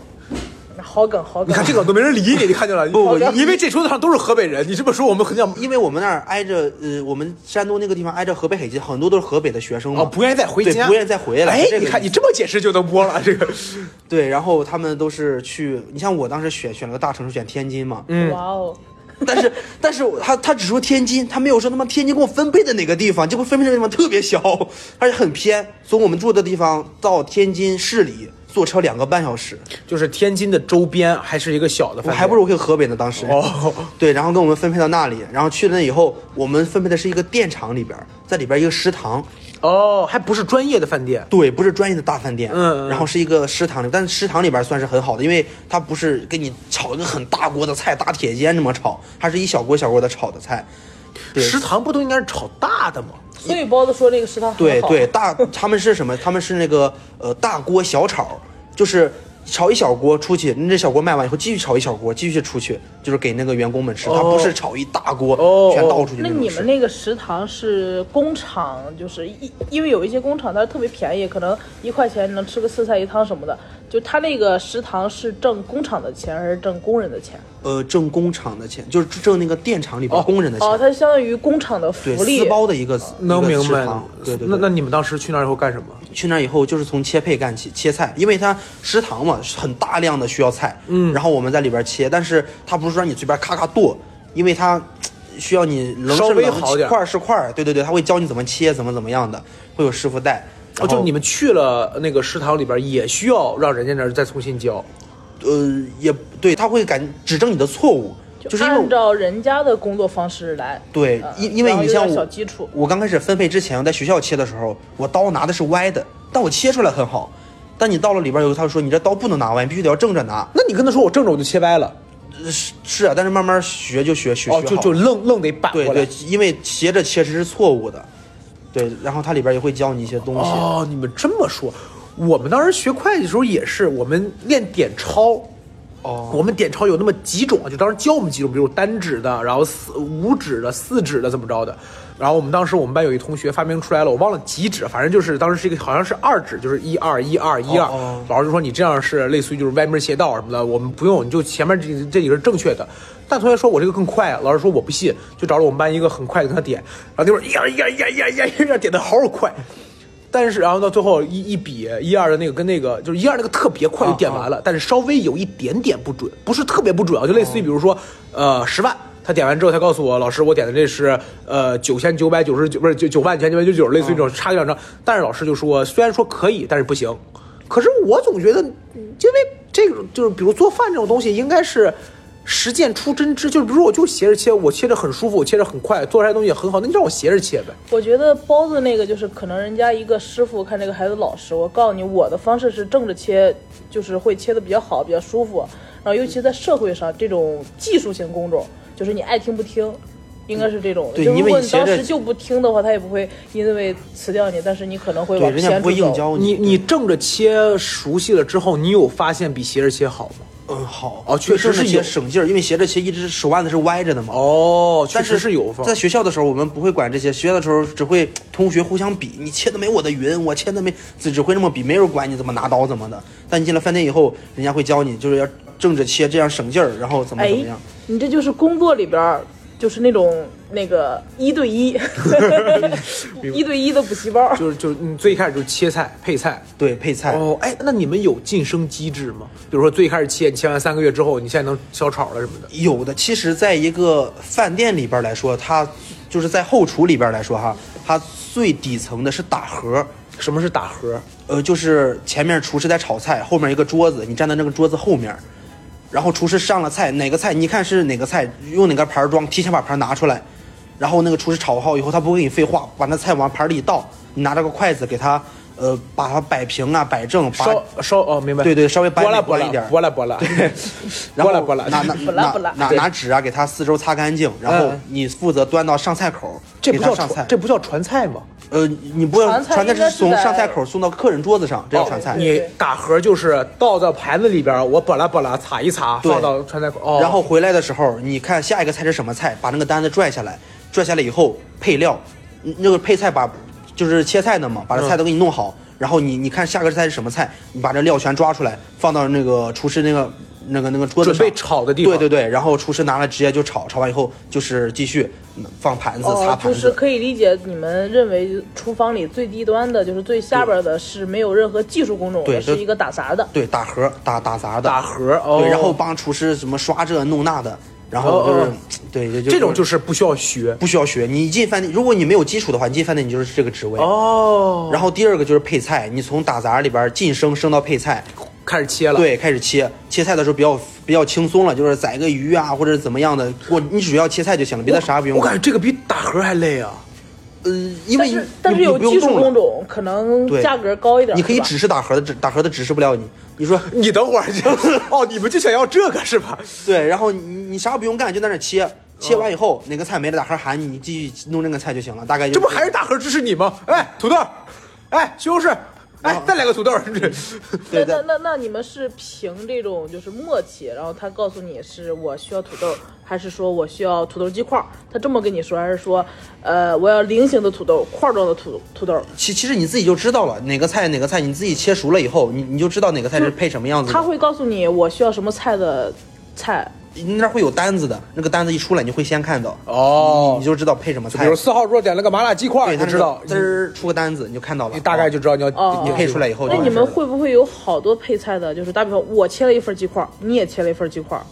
S3: 好梗好
S1: 你
S3: 梗
S1: 看，这个都没人理你，你看见了？
S2: 不我
S1: 因为这桌子上都是河北人，你这么说我们很想
S2: 因为我们那儿挨着呃，我们山东那个地方挨着河北很近，很多都是河北的学生嘛，
S1: 啊，不愿意再回
S2: 嗯对
S1: 家，
S2: 不愿意再回来。
S1: 哎
S2: 是，这个
S1: 你看
S2: 意
S1: 你
S2: 思
S1: 这么解释就能播了，这个
S2: 对，然后他们都是去，你像我当时选选了个大城市，选天津嘛，
S1: 嗯
S3: 哇哦，
S2: 但是但是我他他只说天津，他没有说他妈天津给我分配的哪个地方，结果分配的地方特别小， 而且很偏，从我们住的地方到天津市里坐车两个半小时，
S1: 就是天津的周边还是一个小的
S2: 我
S1: 饭店，
S2: 还不如回河北呢。当时
S1: 哦，
S2: 对，然后跟我们分配到那里，然后去了那以后，我们分配的是一个电厂里边儿，在里边儿一个食堂，
S1: 哦，还不是专业的饭店，
S2: 对，不是专业的大饭店，
S1: 嗯嗯
S2: 然后是一个食堂里，但是食堂里边算是很好的，因为它不是给你炒一个很大锅的菜，大铁煎这么炒，它是一小锅小锅的炒的菜。对
S1: 食堂不都应该是炒大的吗？
S3: 所以包子说那个食堂很
S2: 对
S3: 好
S2: 对，大他们是什么？他们是那个呃大锅小炒，就是炒一小锅出去，你这小锅卖完以后继续炒一小锅，继续出去，就是给那个员工们吃。它
S1: 哦
S2: 不是炒一大锅、
S1: 哦
S2: 全倒出去
S3: 那
S2: 种
S3: 你
S2: 吃
S3: 们那个食堂是工厂，就是一因为有一些工厂它是特别便宜，可能一块钱能吃个四菜一汤什么的。就他那个食堂是挣工厂的钱还是挣工人的钱？
S2: 呃挣工厂的钱，就是挣那个电厂里边工人的钱，
S3: 哦，它相当于工厂的
S2: 对私
S3: 福利。
S2: 包的一个
S1: 能
S2: 一个
S1: 明
S2: 食
S1: 白
S2: 堂。对对对
S1: 那那你们当时去那儿以后干什么？
S2: 去那儿以后就是从切配干起，切菜，因为它食堂嘛，很大量的需要菜，嗯，然后我们在里边切，但是它不是让你随便咔咔剁，因为它嘖需要你棱
S1: 稍
S2: 是
S1: 微
S2: 棱，
S1: 好点儿
S2: 块儿是块儿，对对对，他会教你怎么切，怎么怎么样的，会有师傅带。
S1: 哦，就是你
S2: 们
S1: 们去了那个食堂里边，也需要让人家那儿再重新教。
S2: 呃也对，他会敢指正你的错误，就是因为
S3: 按照人家的工作方式来。
S2: 对
S3: 嗯，
S2: 因因为
S3: 然后
S2: 你
S3: 有
S2: 像
S3: 点小
S2: 我
S3: 基础，
S2: 我刚开始分配之前，我在学校切的时候，我刀拿的是歪的，但我切出来很好。但你到了里边以后，他说你这刀不能拿歪，你必须得要正着拿。
S1: 那你跟他说我正着我就切歪了，
S2: 是是啊，但是慢慢学就学学学好
S1: 哦，
S2: 了。
S1: 就就愣愣得扳过
S2: 对
S1: 来。
S2: 对，因为斜着切实是错误的，对。然后它里边也会教你一些东西。
S1: 哦，你们这么说，我们当时学会计的时候也是，我们练点钞。
S2: 哦
S1: 我们点钞有那么几种，就当时教我们几种，比如单指的，然后四五指的、四指的怎么着的。然后我们当时我们班有一同学发明出来了，我忘了几指，反正就是当时是一个好像是二指，就是一二一 二一二。
S2: 哦
S1: 老师就说你这样是类似于就是歪门邪道什么的，我们不用，你就前面这这几个是正确的。但同学说我这个更快，老师说我不信，就找了我们班一个很快的跟他点，然后那会儿呀呀呀呀呀呀点的好快。但是，然后到最后一一比一二的那个跟那个就是一二那个特别快就点完了，但是稍微有一点点不准，不是特别不准啊，就类似于比如说，呃，十万他点完之后，他告诉我，老师，我点的这是呃九千九百九十九，不是九九万九千九百九十九，类似于这种差一两张。但是老师就说，虽然说可以，但是不行。可是我总觉得，嗯因为这种就是比如做饭这种东西，应该是实践出真知。就是比如我就斜着切，我切着很舒服，我切着很快，做出来的东西也很好，那你让我斜着切呗。
S3: 我觉得包子那个就是可能人家一个师傅看这个孩子老实，我告诉你我的方式是正着切，就是会切的比较好，比较舒服。然后尤其在社会上这种技术型工种，就是你爱听不听，应该是这种的。
S2: 对
S3: 就
S2: 因
S3: 如
S2: 为
S3: 果
S2: 你
S3: 你
S2: 斜着
S3: 当时就不听的话，他也不会因为辞掉你，但是你可能会
S2: 对，
S3: 往
S2: 人家
S3: 前
S2: 不会
S3: 走
S2: 硬。教
S1: 你你正着切熟悉了之后，你有发现比斜着切好吗？
S2: 嗯，好
S1: 哦确实是有
S2: 正着切省劲儿，因为斜着切一只手腕子是歪着的嘛。
S1: 哦，确
S2: 但
S1: 实是有方
S2: 在学校的时候，我们不会管这些。学校的时候，只会同学互相比，你切的没我的匀，我切的没，只只会那么比，没人管你怎么拿刀怎么的。但你进了饭店以后，人家会教你，就是要正着切，这样省劲儿，然后怎么
S3: 哎
S2: 怎么样。，
S3: 你这就是工作里边儿就是那种那个一对一， 一对一的补习班儿。
S1: 就是就是你最开始就是切菜配菜。
S2: 对，配菜。
S1: 哦，哎，那你们有晋升机制吗？比如说最开始切，你切完三个月之后，你现在能小炒了什么的。
S2: 有的其实在一个饭店里边来说，它就是在后厨里边来说哈，它最底层的是打盒。
S1: 什么是打盒？
S2: 呃，就是前面厨师在炒菜，后面一个桌子，你站在那个桌子后面，然后厨师上了菜，哪个菜你一看是哪个菜，用哪个盘儿装，提前把盘儿拿出来，然后那个厨师炒好以后，他不会给你废话，把那菜往盘里一倒，你拿着个筷子给他，呃，把它摆平啊，摆正，把
S1: 烧烧哦，明白。
S2: 对对稍微掰
S1: 拨拉
S2: 掰
S1: 拨拉
S2: 一点儿
S1: 拨拉 拨拉，
S2: 然
S1: 拨拉
S2: 后
S1: 拨拉。
S2: 拿拿
S3: 拨拉拨
S2: 拿
S3: 拉
S2: 拿
S1: 对
S2: 拿纸啊，给它四周擦干净，然后
S1: 嗯
S2: 你负责端到上菜口，
S1: 这
S2: 给
S1: 不
S2: 它
S1: 叫
S2: 上菜
S1: 传，。这不叫传菜吗？
S2: 呃，你不要
S3: 传菜
S2: 传菜
S3: 应该
S2: 是
S3: 是
S2: 从
S3: 在
S2: 上菜口送到客人桌子上，这叫传菜。
S1: 哦你打盒就是倒到盘子里边，我拨拉拨拉擦一擦，
S2: 对
S1: 放到川菜口。哦，
S2: 然后回来的时候，你看下一个菜是什么菜，把那个单子拽下来，拽下来以后配料，嗯那个配菜把就是切菜的嘛，
S1: 嗯
S2: 把这菜都给你弄好，然后你你看下个菜是什么菜，你把这料全抓出来，放到那个厨师那个那个那个桌子
S1: 准
S2: 上，
S1: 备炒的地方。
S2: 对对对，然后厨师拿来直接就炒，炒完以后就是继续嗯放盘子、擦
S3: 哦，
S2: 盘
S3: 就是
S2: 子。
S3: 可以理解你们认为厨房里最低端的，就是最下边的，是没有任何技术工种
S2: 对
S3: 的，
S2: 这
S3: 是一个打杂的。
S2: 对，打盒打打杂的，
S1: 打盒哦，
S2: 对，然后帮厨师什么刷这弄那的，然后
S1: 哦
S2: 就是、
S1: 哦
S2: 对，就
S1: 这种就是是不需要学
S2: 不需要学。你一进饭店，如果你没有基础的话，你进饭店你就是这个职位。
S1: 哦，
S2: 然后第二个就是配菜，你从打杂里边晋升升到配菜，
S1: 开始切了。
S2: 对，开始切切菜的时候比较比较轻松了，就是宰个鱼啊或者怎么样的，我你只要切菜就行了，别的啥也不用
S1: 我感觉
S2: 管。
S1: 这个比打盒还累啊。
S2: 嗯、因
S3: 但
S2: 为你
S3: 是但是
S2: 你
S3: 有
S2: 你不用
S3: 技术
S2: 动
S3: 工
S2: 了，
S3: 种可能
S2: 对
S3: 价格高一点，
S2: 你可以
S3: 是吧
S2: 指示打盒的，指打盒的指示不了你。你说
S1: 你等会儿就哦，你们就想要这个是吧？
S2: 对，然后你你啥也不用干，就在那切，切完以后、哪个菜没了，打盒喊你，你继续弄那个菜就行了，大概就
S1: 哦这不还是大盒支持你吗？哎，土豆儿，哎，西红柿，哎，再来个土豆儿。这
S2: 哦对对
S3: 那那那那你们是凭这种就是默契，然后他告诉你是我需要土豆，还是说我需要土豆鸡块儿？他这么跟你说，还是说，呃，我要菱形的土豆，块状的土土豆？
S2: 其其实你自己就知道了哪个菜哪个菜，你自己切熟了以后，你你就知道哪个菜是配什么样子的。
S3: 他会告诉你我需要什么菜的菜，
S2: 你那儿会有单子的，那个单子一出来，你会先看到，
S1: 哦
S2: 你就知道配什么
S1: 就比
S2: 菜
S1: 如。四号桌点了个麻辣鸡块，
S2: 对，
S1: 你就
S2: 他
S1: 知道，
S2: 滋儿出个单子，你就看到了，
S1: 你大概就知道你要
S3: 哦
S2: 你配出来以后就
S3: 那
S2: 完
S3: 你
S2: 事
S3: 们
S2: 儿了。
S3: 会不会有好多配菜的？就是打比方，我切了一份鸡块儿，你也切了一份鸡块儿。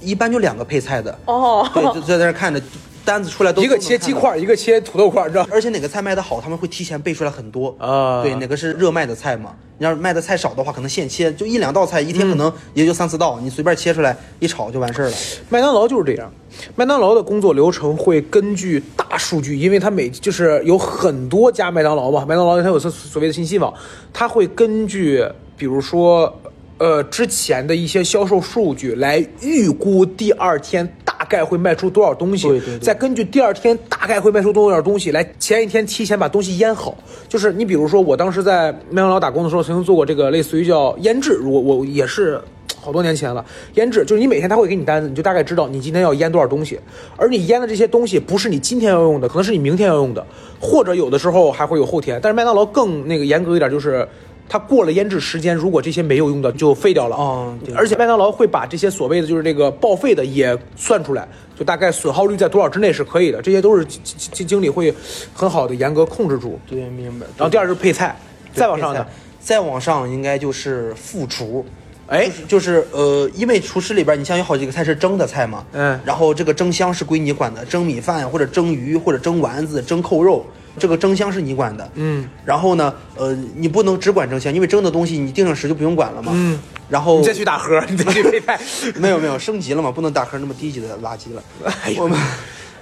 S2: 一般就两个配菜的，
S3: 哦，
S2: 对， 就在那儿看着单子出来都
S1: 一个切鸡，块，一个切土豆块，你知道
S2: 都能看到。而且哪个菜卖的好，他们会提前备出来很多
S1: 啊
S2: 对，哪个是热卖的菜嘛？你要是卖的菜少的话，可能现切就一两道菜，一
S1: 嗯
S2: 天可能也就三四道，你随便切出来一炒就完事儿了。
S1: 麦当劳就是这样，麦当劳的工作流程会根据大数据，因为它每就是有很多家麦当劳嘛，麦当劳它有所所谓的信息网，它会根据比如说呃之前的一些销售数据来预估第二天大概会卖出多少东西，
S2: 对对对
S1: 再根据第二天大概会卖出多少东西来前一天提前把东西腌好。就是你比如说我当时在麦当劳打工的时候，曾经做过这个类似于叫腌制，我我也是。好多年前了，腌制就是你每天他会给你单子，你就大概知道你今天要腌多少东西，而你腌的这些东西不是你今天要用的，可能是你明天要用的，或者有的时候还会有后天。但是麦当劳更那个严格一点，就是它过了腌制时间，如果这些没有用的就废掉了。
S2: 哦对
S1: 而且麦当劳会把这些所谓的就是这个报废的也算出来，就大概损耗率在多少之内是可以的，这些都是经经经经理会很好的严格控制住。
S2: 对，明白。
S1: 然后第二是配菜，再往上呢
S2: 配菜，再往上应该就是副厨，
S1: 哎，
S2: 就是呃，因为厨师里边，你像有好几个菜是蒸的菜嘛，
S1: 嗯
S2: 然后这个蒸箱是归你管的，蒸米饭或者蒸鱼或者蒸丸子、蒸扣肉，这个蒸箱是你管的，
S1: 嗯，
S2: 然后呢，呃，你不能只管蒸箱，因为蒸的东西你定上时就不用管了嘛，嗯，然后
S1: 你再去打盒，你再去配菜，
S2: 没有没有升级了嘛，不能打开那么低级的垃圾了，
S1: 哎呦
S2: 我们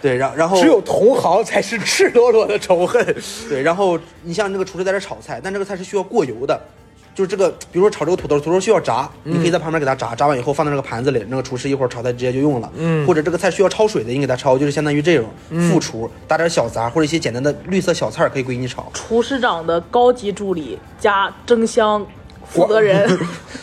S2: 对，然然后
S1: 只有同行才是赤裸裸的仇恨。
S2: 对，然后你像这个厨师在这炒菜，但这个菜是需要过油的，就是这个，比如说炒这个土豆，土豆需要炸，你可以在旁边给它炸，炸完以后放在那个盘子里，那个厨师一会儿炒菜直接就用了。嗯，或者这个菜需要焯水的，你给它焯，就是相当于这种
S1: 嗯
S2: 副厨打点小杂或者一些简单的绿色小菜儿可以归你炒。
S3: 厨师长的高级助理加蒸箱负责人，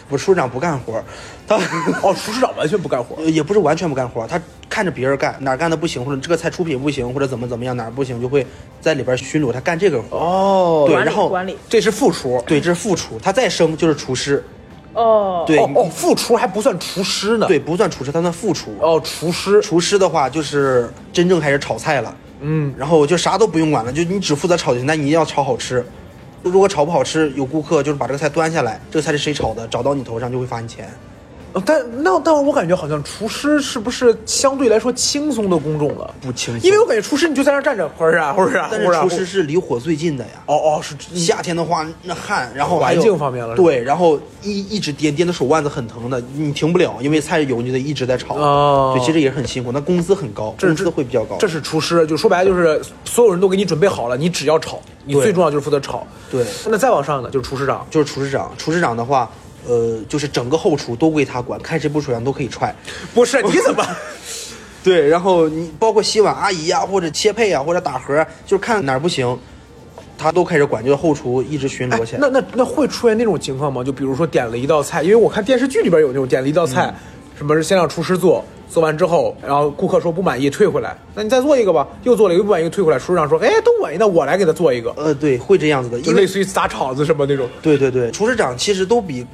S2: 我厨师长不干活儿，他
S1: 哦，厨师长完全不干活
S2: 呃也不是完全不干活儿，他看着别人干，哪儿干的不行，或者这个菜出品不行，或者怎么怎么样，哪儿不行就会在里边巡逻，他干这个活儿。
S1: 哦
S2: 对
S3: 管理
S2: 然后
S3: 管理
S1: 这是副厨。
S2: 对，这是副厨，他再升就是厨师。
S3: 哦，
S2: 对，
S1: 哦哦，副厨还不算厨师呢。
S2: 对，，不算厨师，他算副厨。
S1: 哦，厨师。
S2: 厨师的话，就是真正开始炒菜了，
S1: 嗯，
S2: 然后就啥都不用管了，就你只负责炒就行，但你一定要炒好吃。如果炒不好吃，有顾客就是把这个菜端下来，这个菜是谁炒的，找到你头上就会罚你钱。
S1: 哦但那但我感觉好像厨师是不是相对来说轻松的工种了？
S2: 不轻松
S1: 因为我感觉厨师你就在那儿站着，呼儿啊呼儿啊呼
S2: 但是
S1: 儿啊。
S2: 厨师是离火最近的呀，
S1: 呼儿啊，哦哦是
S2: 夏天的话那汗，然后还有
S1: 环境方面了是吧
S2: 对，然后一一直颠颠的手腕子很疼的，你停不了，因为菜油你得一直在炒。
S1: 哦
S2: 对，其实也很辛苦，那工资很高，
S1: 这
S2: 工
S1: 是
S2: 资会比较高。
S1: 这是厨师，就说白了就是所有人都给你准备好了，你只要炒，你
S2: 对
S1: 最重要就是负责炒。
S2: 对
S1: 那再往上呢，就是厨师 长。
S2: 就是厨师长，厨师长的话，呃，就是整个后厨都归他管，看谁不手痒都可以踹。
S1: 不是你 怎么？
S2: 对，然后你包括洗碗阿姨呀、或者切配啊，或者打盒啊，就是看哪儿不行，他都开始管，就是后厨一直巡逻起来。
S1: 那那那会出现那种情况吗？就比如说点了一道菜，因为我看电视剧里边有那种点了一道菜，
S2: 嗯
S1: 什么是先让厨师做，做完之后，然后顾客说不满意退回来，那你再做一个吧，又做了一个不满意退回来，厨师长说，哎，都不满意，那我来给他做一个，
S2: 呃，对，会这样子的，
S1: 就
S2: 因
S1: 类
S2: 为
S1: 似于砸场子什么那种。
S2: 对对对，厨师长其实都比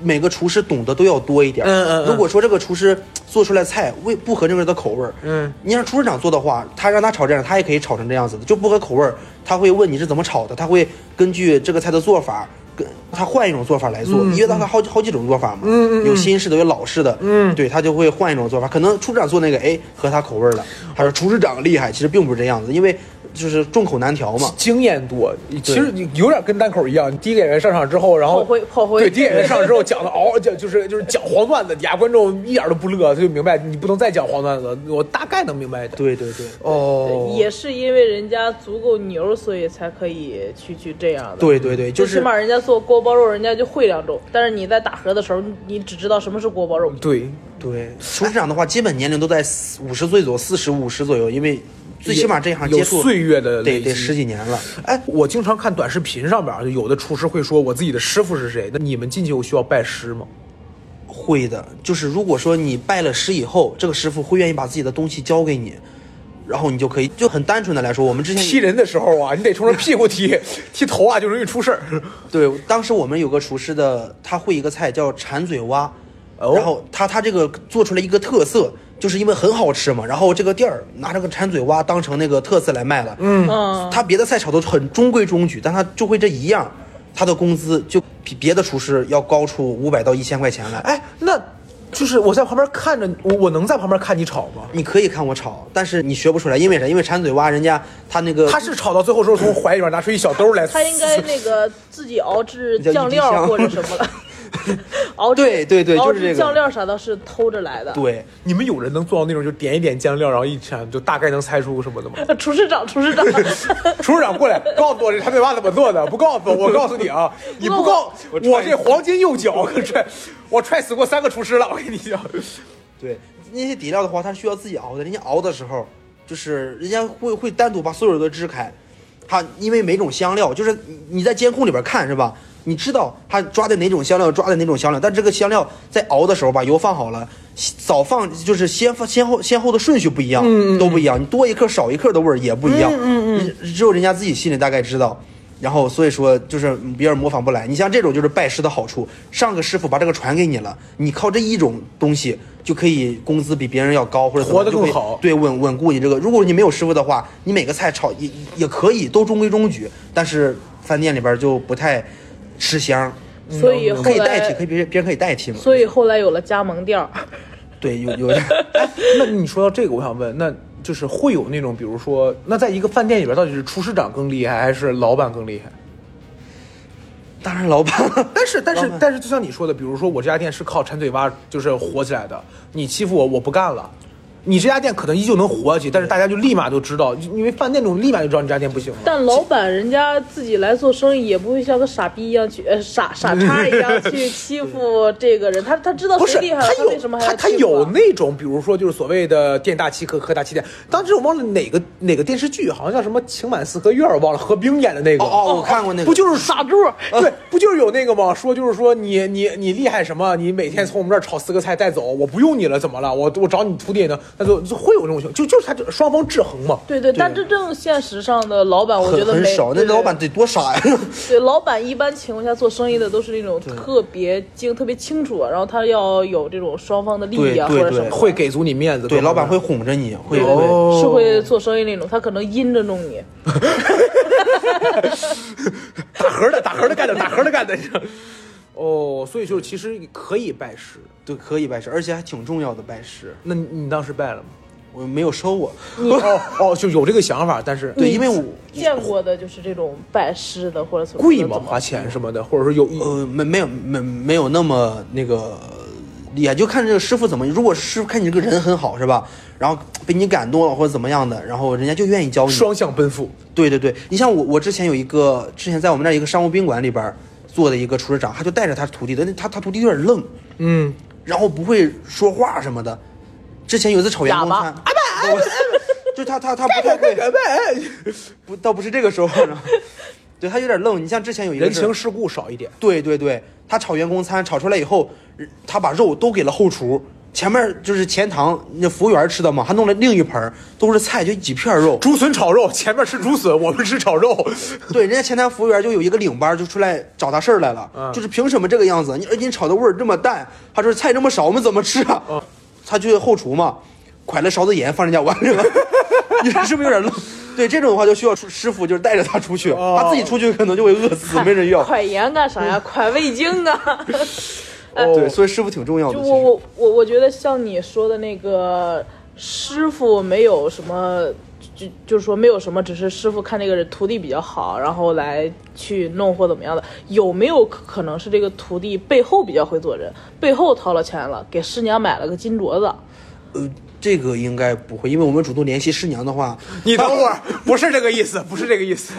S2: 每个厨师懂得都要多一点儿。
S1: 嗯嗯嗯
S2: 如果说这个厨师做出来菜味不合这个人的口味儿，
S1: 嗯，
S2: 你让厨师长做的话，他让他炒这样，他也可以炒成这样子的，就不合口味儿，他会问你是怎么炒的，他会根据这个菜的做法。跟他换一种做法来做，因为他好好几种做法嘛，嗯嗯有新式的，有老式的，嗯，对他就会换一种做法。可能厨师长做那个，哎，合他口味儿了。他说厨师长厉害，其实并不是这样子，因为就是众口难调嘛。
S1: 经验多，其实你有点跟单口一样。第一个演员上场之后，然后
S3: 炮灰炮灰
S1: 对，第一个演员上场之后讲的嗷，讲 就是就是讲黄段子，底下观众一点都不乐，他就明白你不能再讲黄段子。我大概能明白的。
S2: 对对对，
S1: 哦，
S3: 也是因为人家足够牛，所以才可以去去这样的。
S2: 对对对，就
S3: 最
S2: 是
S3: 起码人家做锅包肉，人家就会两种，但是你在打盒的时候，你你只知道什么是锅包肉。
S1: 对，
S2: 对，厨师长的话，基本年龄都在五十岁左右，四十五十左右，因为最起码这行接触
S1: 有岁月的
S2: 得
S1: 累积
S2: 得十几年了。
S1: 哎，我经常看短视频上边儿，就有的厨师会说我自己的师傅是谁。那你们进去有需要拜师吗？
S2: 会的，就是如果说你拜了师以后，这个师傅会愿意把自己的东西交给你，然后你就可以就很单纯的来说，我们之前
S1: 踢人的时候啊，你得冲着屁股踢， 踢头啊就容易出事儿。
S2: 对，当时我们有个厨师的，他会一个菜叫馋嘴蛙，
S1: 哦
S2: 然后他他这个做出来一个特色，就是因为很好吃嘛，然后这个店儿拿这个馋嘴蛙当成那个特色来卖了，嗯
S3: 嗯
S2: 他别的菜炒的很中规中矩，但他就会这一样，他的工资就比别的厨师要高出五百到一千块钱来。
S1: 哎，那就是我在旁边看着，我我能在旁边看你炒吗？
S2: 你可以看我炒，但是你学不出来，因为啥？因为馋嘴蛙人家他那个
S1: 他是炒到最后时候从怀里边拿出一小兜来，
S3: 他应该那个自己熬制
S2: 叫
S3: 酱
S2: 一滴香
S3: 料或者什么了，熬制
S2: 对对对
S3: 熬
S2: 就是这
S3: 制
S2: 个
S3: 酱料啥的是偷着来的。
S2: 对。
S1: 你们有人能做到那种就点一点酱料，然后一铲就大概能猜出什么的吗？
S3: 厨师长，厨师长，
S1: 厨师长过来，告诉我这馋嘴蛙怎么做的，不告诉我，我告诉你啊，你不告
S2: 我
S1: 我这黄金右脚可踹，我踹死过三个厨师了，我跟你讲。
S2: 对那些底料的话，它是需要自己熬的。人家熬的时候，就是人家会会单独把所有人都支开，它因为每种香料，就是你你在监控里边看是吧？你知道它抓的哪种香料，抓的哪种香料，但这个香料在熬的时候，把油放好了，早放就是先放先后先后的顺序不一样，都不一样，你多一克少一克的味儿也不一样，嗯嗯，只有人家自己心里大概知道。然后所以说就是别人模仿不来。你像这种就是拜师的好处，上个师傅把这个传给你了，你靠这一种东西就可以工资比别人要高，或者怎么
S1: 活得更
S2: 就会
S1: 好
S2: 对稳稳固你这个。如果你没有师傅的话，你每个菜炒也也可以都中规中矩，但是饭店里边就不太吃香。
S3: 所以后
S2: 可以代替，
S3: 来
S2: 可以别别人可以代替嘛。
S3: 所以后来有了加盟店儿。
S2: 对，有有
S1: 那你说到这个，我想问，那就是会有那种，比如说，那在一个饭店里边，到底是厨师长更厉害，还是老板更厉害？
S2: 当然老板了。
S1: 但是，但
S2: 老
S1: 是，
S2: 板
S1: 但是，就像你说的，比如说我这家店是靠馋嘴蛙就是火起来的，你欺负我，我不干了。你这家店可能依旧能活下去，但是大家就立马就知道，因为饭店这种立马就知道你这家店不行了。
S3: 但老板人家自己来做生意，也不会像个傻逼一样去，呃，傻傻叉一样去欺负这个人。他他
S2: 哦
S3: 知道
S1: 不是
S3: 谁厉害了，
S1: 他
S3: 他为什
S1: 有
S3: 么还要
S1: 他他
S3: 欺负
S1: 有
S3: 啊？
S1: 那种，比如说就是所谓的店大欺客，客大欺店。当时我忘了哪个哪个电视剧，好像叫什么《情满四合院》，我忘了何冰演的那个。
S2: 哦哦，我看过那个，呃
S1: 不就是
S3: 傻猪，
S1: 对，不就是有那个吗？说就是说你你你厉害什么？你每天从我们这儿炒四个菜带走，我不用你了，怎么了？我我找你徒弟呢？那就就会有这种情况，就就是他就双方制衡嘛。
S3: 对对，但真正现实上的老板，我觉
S2: 很
S3: 得
S2: 很
S3: 没
S2: 少，那
S3: 对对
S2: 老板得多傻 呀！
S3: 对，老板一般情况下做生意的都是那种特别精、特别清楚，啊然后他要有这种双方的利益啊或
S2: 对对
S3: 者什么
S2: 对
S3: 的，
S1: 会给足你面子，
S2: 对，
S1: 各
S2: 老
S1: 方面
S2: 板会哄着你，会
S3: 对对
S2: 会
S1: 哦
S3: 对，是会做生意那种，他可能阴着弄你。
S1: 打盒的，打盒的干的，打盒的干的。你知道哦，所以就是其实可以拜师。
S2: 对可以拜师，而且还挺重要的拜师。
S1: 那你你当时拜了吗？
S2: 我没有收我，
S1: 哦哦，就有这个想法，但是
S2: 对，因为我
S3: 见过的就是这种拜师的或者怎么
S1: 贵
S3: 怎么
S1: 吗？花钱什么的，或者说有
S2: 呃没没有没没有那么那个厉害，就看这个师傅怎么。如果师傅看你这个人很好是吧，然后被你感动了或者怎么样的，然后人家就愿意教你。
S1: 双向奔赴。
S2: 对对对，你像我，我之前有一个，之前在我们那儿一个商务宾馆里边儿做的一个厨师长，他就带着他徒弟的，那他他徒弟有点愣，
S1: 嗯，
S2: 然后不会说话什么的。之前有一次炒员工
S3: 哑巴
S2: 餐，我就他他他不太会，不倒不是这个时候，然后 对他有点愣。你像之前有一个
S1: 人
S2: 是
S1: 情世故少一点。
S2: 对对对，他炒员工餐炒出来以后，他把肉都给了后厨，前面就是前堂那服务员吃的嘛，还弄了另一盆儿都是菜，就几片 儿肉。
S1: 竹笋炒肉，前面吃竹笋，我们吃炒 肉。
S2: 对，人家前台服务员就有一个领班就出来找他事儿来了，
S1: 嗯
S2: 就是凭什么这个样子？你而且你炒的味儿这么淡，他说菜这么少，我们怎么吃啊？
S1: 嗯
S2: 他去后厨嘛，㧟了勺子盐放人家碗 里了，你说是不是有点愣？对这种的话，就需要师师傅就是带着他出去，
S1: 哦
S2: 他自己出去可能就会饿死，
S3: 快
S2: 没人要。
S3: 快盐干啥呀？快味精啊！
S1: 哦
S2: 对，所以师傅挺重要的。
S3: 就
S2: 其
S3: 我
S2: 实
S3: 我我我觉得像你说的那个师傅没有什么，就就是说没有什么，只是师傅看这个人徒弟比较好，然后来去弄或怎么样的。有没有可可能是这个徒弟背后比较会做人，背后掏了钱了，给师娘买了个金镯子？
S2: 呃，这个应该不会，因为我们主动联系师娘的话，
S1: 你等会儿，不是这个意思，不是这个意思。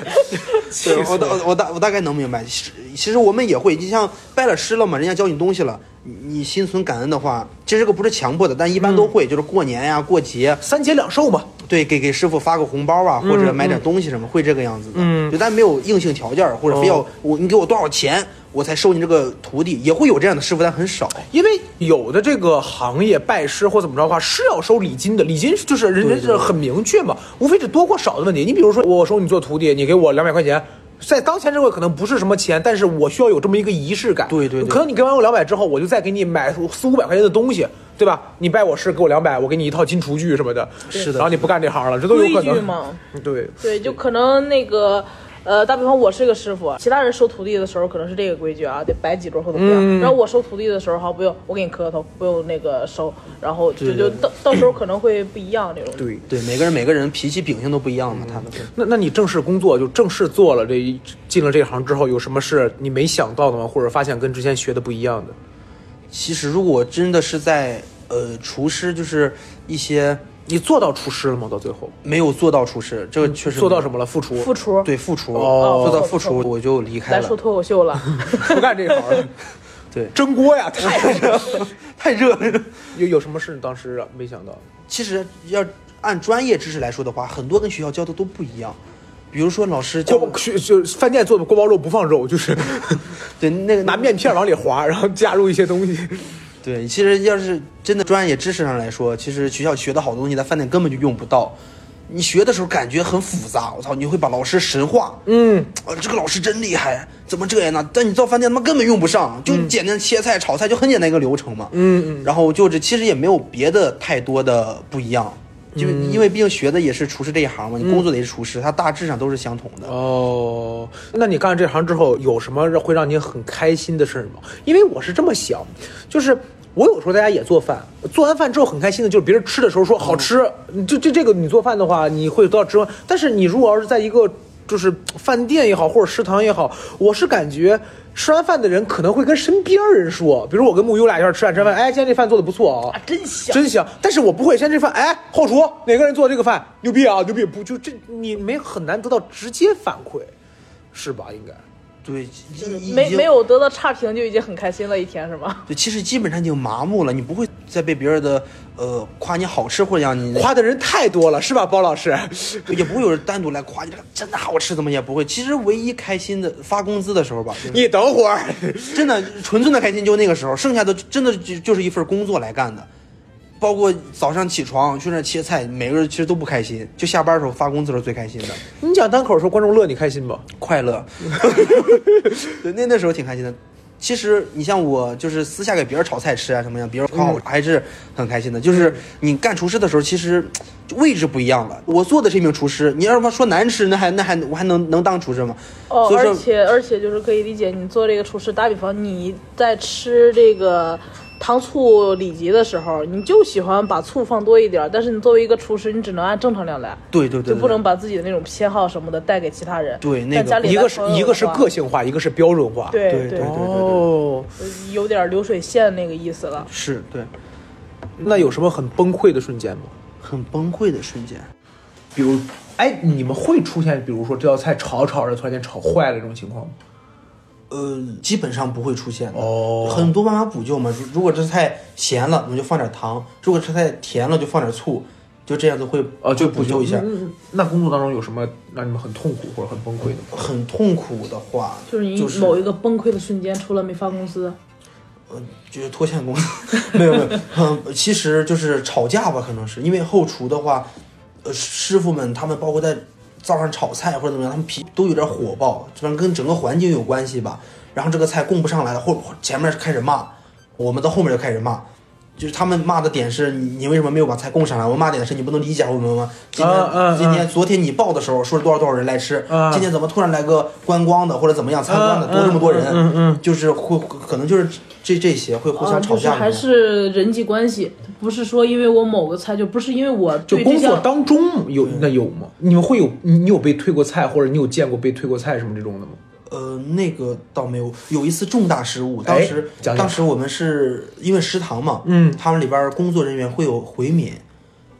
S1: 气
S2: 对
S1: 死
S2: 我大我大我大概能明白。是其实我们也会，你像拜了师了嘛，人家教你东西了，你你心存感恩的话，其实这个不是强迫的，但一般
S1: 嗯
S2: 都会，就是过年呀、过节，
S1: 三节两寿嘛，
S2: 对，给给师傅发个红包啊，或者买点东西什么，会这个样子的。
S1: 嗯
S2: 就但没有硬性条件，或者非要、
S1: 哦
S2: 我你给我多少钱，我才收你这个徒弟，也会有这样的师傅，但很少。
S1: 因为有的这个行业拜师或怎么着的话，是要收礼金的，礼金就是人家是很明确嘛，无非是多或少的问题。你比如说，我收你做徒弟，你给我两百块钱。在当前这个可能不是什么钱，但是我需要有这么一个仪式感。
S2: 对对对
S1: 可能你给完我两百之后，我就再给你买四五百块钱的东西，对吧？你拜我师给我两百，我给你一套金厨具什么的。
S2: 是的
S1: 然后你不干这行了，这都有可
S3: 规矩
S1: 能。
S3: 嘛
S1: 对，
S3: 对，就可能那个。呃，打比方，我是个师傅，啊其他人收徒弟的时候可能是这个规矩啊，得摆几桌或怎么样。
S2: 嗯
S3: 然后我收徒弟的时候，好不用，我给你磕个头，不用那个收，然后就就到到时候可能会不一样那种。
S1: 对。
S2: 对，每个人每个人脾气秉性都不一样嘛，他们。
S1: 那那你正式工作就正式做了这一进了这行之后，有什么是你没想到的吗？或者发现跟之前学的不一样的？
S2: 其实如果真的是在呃厨师，就是一些
S1: 你做到厨师了吗？到最后
S2: 没有做到厨师，这个确实
S1: 做到
S2: 么
S1: 什么了？副厨，
S3: 副厨
S2: 对副厨，
S1: 哦
S2: 做到副厨我就离开
S3: 来说
S2: 了。
S3: 脱口秀 了，
S1: 不干这行了。
S2: 对
S1: 蒸锅呀，太
S2: 太热了。
S1: 有有什么事当时啊没想到？
S2: 其实要按专业知识来说的话，很多跟学校教的都不一样。比如说老师教
S1: 锅包去就饭店做的锅包肉不放肉，就是
S2: 对那个
S1: 拿面片往里划，然后加入一些东西。
S2: 对，其实要是真的专业知识上来说，其实学校学的好东西在饭店根本就用不到。你学的时候感觉很复杂，我操，你会把老师神化，
S1: 嗯，
S2: 啊，这个老师真厉害，怎么这样呢？但你到饭店他妈根本用不上，
S1: 嗯
S2: 就简单切菜、炒菜就很简单一个流程嘛。嗯嗯。然后就是其实也没有别的太多的不一样，就因为毕竟学的也是厨师这一行嘛，你工作的也是厨师，它大致上都是相同的。
S1: 嗯哦，那你干了这行之后，有什么让会让你很开心的事儿吗？因为我是这么想，就是我有时候在家也做饭，做完饭之后很开心的，就是别人吃的时候说好吃，就这这个你做饭的话，你会得到直观。但是你如果要是在一个就是饭店也好，或者食堂也好，我是感觉吃完饭的人可能会跟身边人说，比如我跟木优俩一块儿吃饭，吃完饭，哎，今天这饭做的不错啊、
S3: 啊， 真香！
S1: 真香。但是我不会先这饭，哎，后厨哪个人做这个饭牛逼啊，牛逼！不就这，你没很难得到直接反馈，是吧？应该。
S2: 对，已
S3: 没
S2: 已经
S3: 没有得到差评就已经很开心了一天是吗？
S2: 对，其实基本上已经麻木了，你不会再被别人的呃夸你好吃或者让你
S1: 夸的人太多了，是吧，包老师？
S2: 也不会有人单独来夸你，这个真的好吃，怎么也不会。其实唯一开心的发工资的时候吧，
S1: 你等会儿，
S2: 真的纯粹的开心就那个时候，剩下的真的就就是一份工作来干的，包括早上起床去那儿切菜，每个人其实都不开心，就下班的时候发工资的时候最开心的，
S1: 你讲单口的时候，观众乐，你开心吗？
S2: 快 乐。对，那那时候挺开心的。其实你像我，就是私下给别人炒菜吃啊什么样，别人夸
S3: 嗯
S2: 我还是很开心的。就是你干厨师的时候，其实就位置不一样了。我做的是一名厨师，你要是说难吃，那还那还我还能能当厨师吗？
S3: 哦，
S2: 所以
S3: 而
S2: 说
S3: 且而且就是可以理解，你做这个厨师，打比方你在吃这个糖醋里脊的时候，你就喜欢把醋放多一点儿，但是你作为一个厨师，你只能按正常量来，
S2: 对对对，
S3: 就
S2: 对
S3: 不能把自己的那种偏好什么的带给其他人。
S2: 对那
S3: 但
S2: 个
S3: 家里
S1: 一
S3: 来
S1: 个是
S3: 朋友
S1: 一个是
S3: 的话
S1: 个性化，一个是标准化。
S3: 对
S2: 对对对对
S1: 哦，
S3: 有点流水线那个意思了。
S2: 是对，
S1: 那有什么很崩溃的瞬间吗？
S2: 很崩溃的瞬间。
S1: 比如，哎，你们会出现，比如说这道菜炒着炒着突然间炒坏了这种情况吗？
S2: 呃，基本上不会出现的。
S1: 哦
S2: 很多办法补救嘛。如如果这菜咸了，我们就放点糖；如果这菜甜了，就放点醋，就这样子会
S1: 啊，就
S2: 会补救一下。
S1: 嗯嗯嗯那工作当中有什么让你们很痛苦或者很崩溃的吗？
S2: 很痛苦的话，
S3: 就是你
S2: 是
S3: 某一个崩溃的瞬间，除了没发工资，
S2: 呃，就是拖欠工作， 没有没有，嗯，其实就是吵架吧，可能是因为后厨的话，呃，师傅们他们包括在灶上炒菜或者怎么样，他们脾都有点火爆，这边跟整个环境有关系吧。然后这个菜供不上来了，后前面开始骂，我们到后面就开始骂，就是他们骂的点是你你为什么没有把菜供上来？我骂点是你不能理解我们吗？今天、
S1: 啊啊啊
S2: 今天昨天你报的时候说是多少多少人来吃，
S1: 啊
S2: 今天怎么突然来个观光的或者怎么样参观的、
S1: 啊
S2: 多这么多人？
S1: 嗯嗯嗯
S2: 就是会可能就是这这些会互
S3: 啊，
S2: 相
S3: 就
S2: 吵
S3: 是
S2: 架、
S3: 还是人际关系，不是说因为我某个菜，就不是因为我
S1: 就
S3: 对这
S1: 工作
S3: 项
S1: 当
S2: 嗯
S1: 中有那有吗？你们会有你你有被退过菜，或者你有见过被退过菜什么这种的吗？
S2: 呃，那个倒没有，有一次重大失误，当
S1: 哎
S2: 时
S1: 讲讲
S2: 当时我们是因为食堂嘛，
S1: 嗯
S2: 他们里边工作人员会有回民，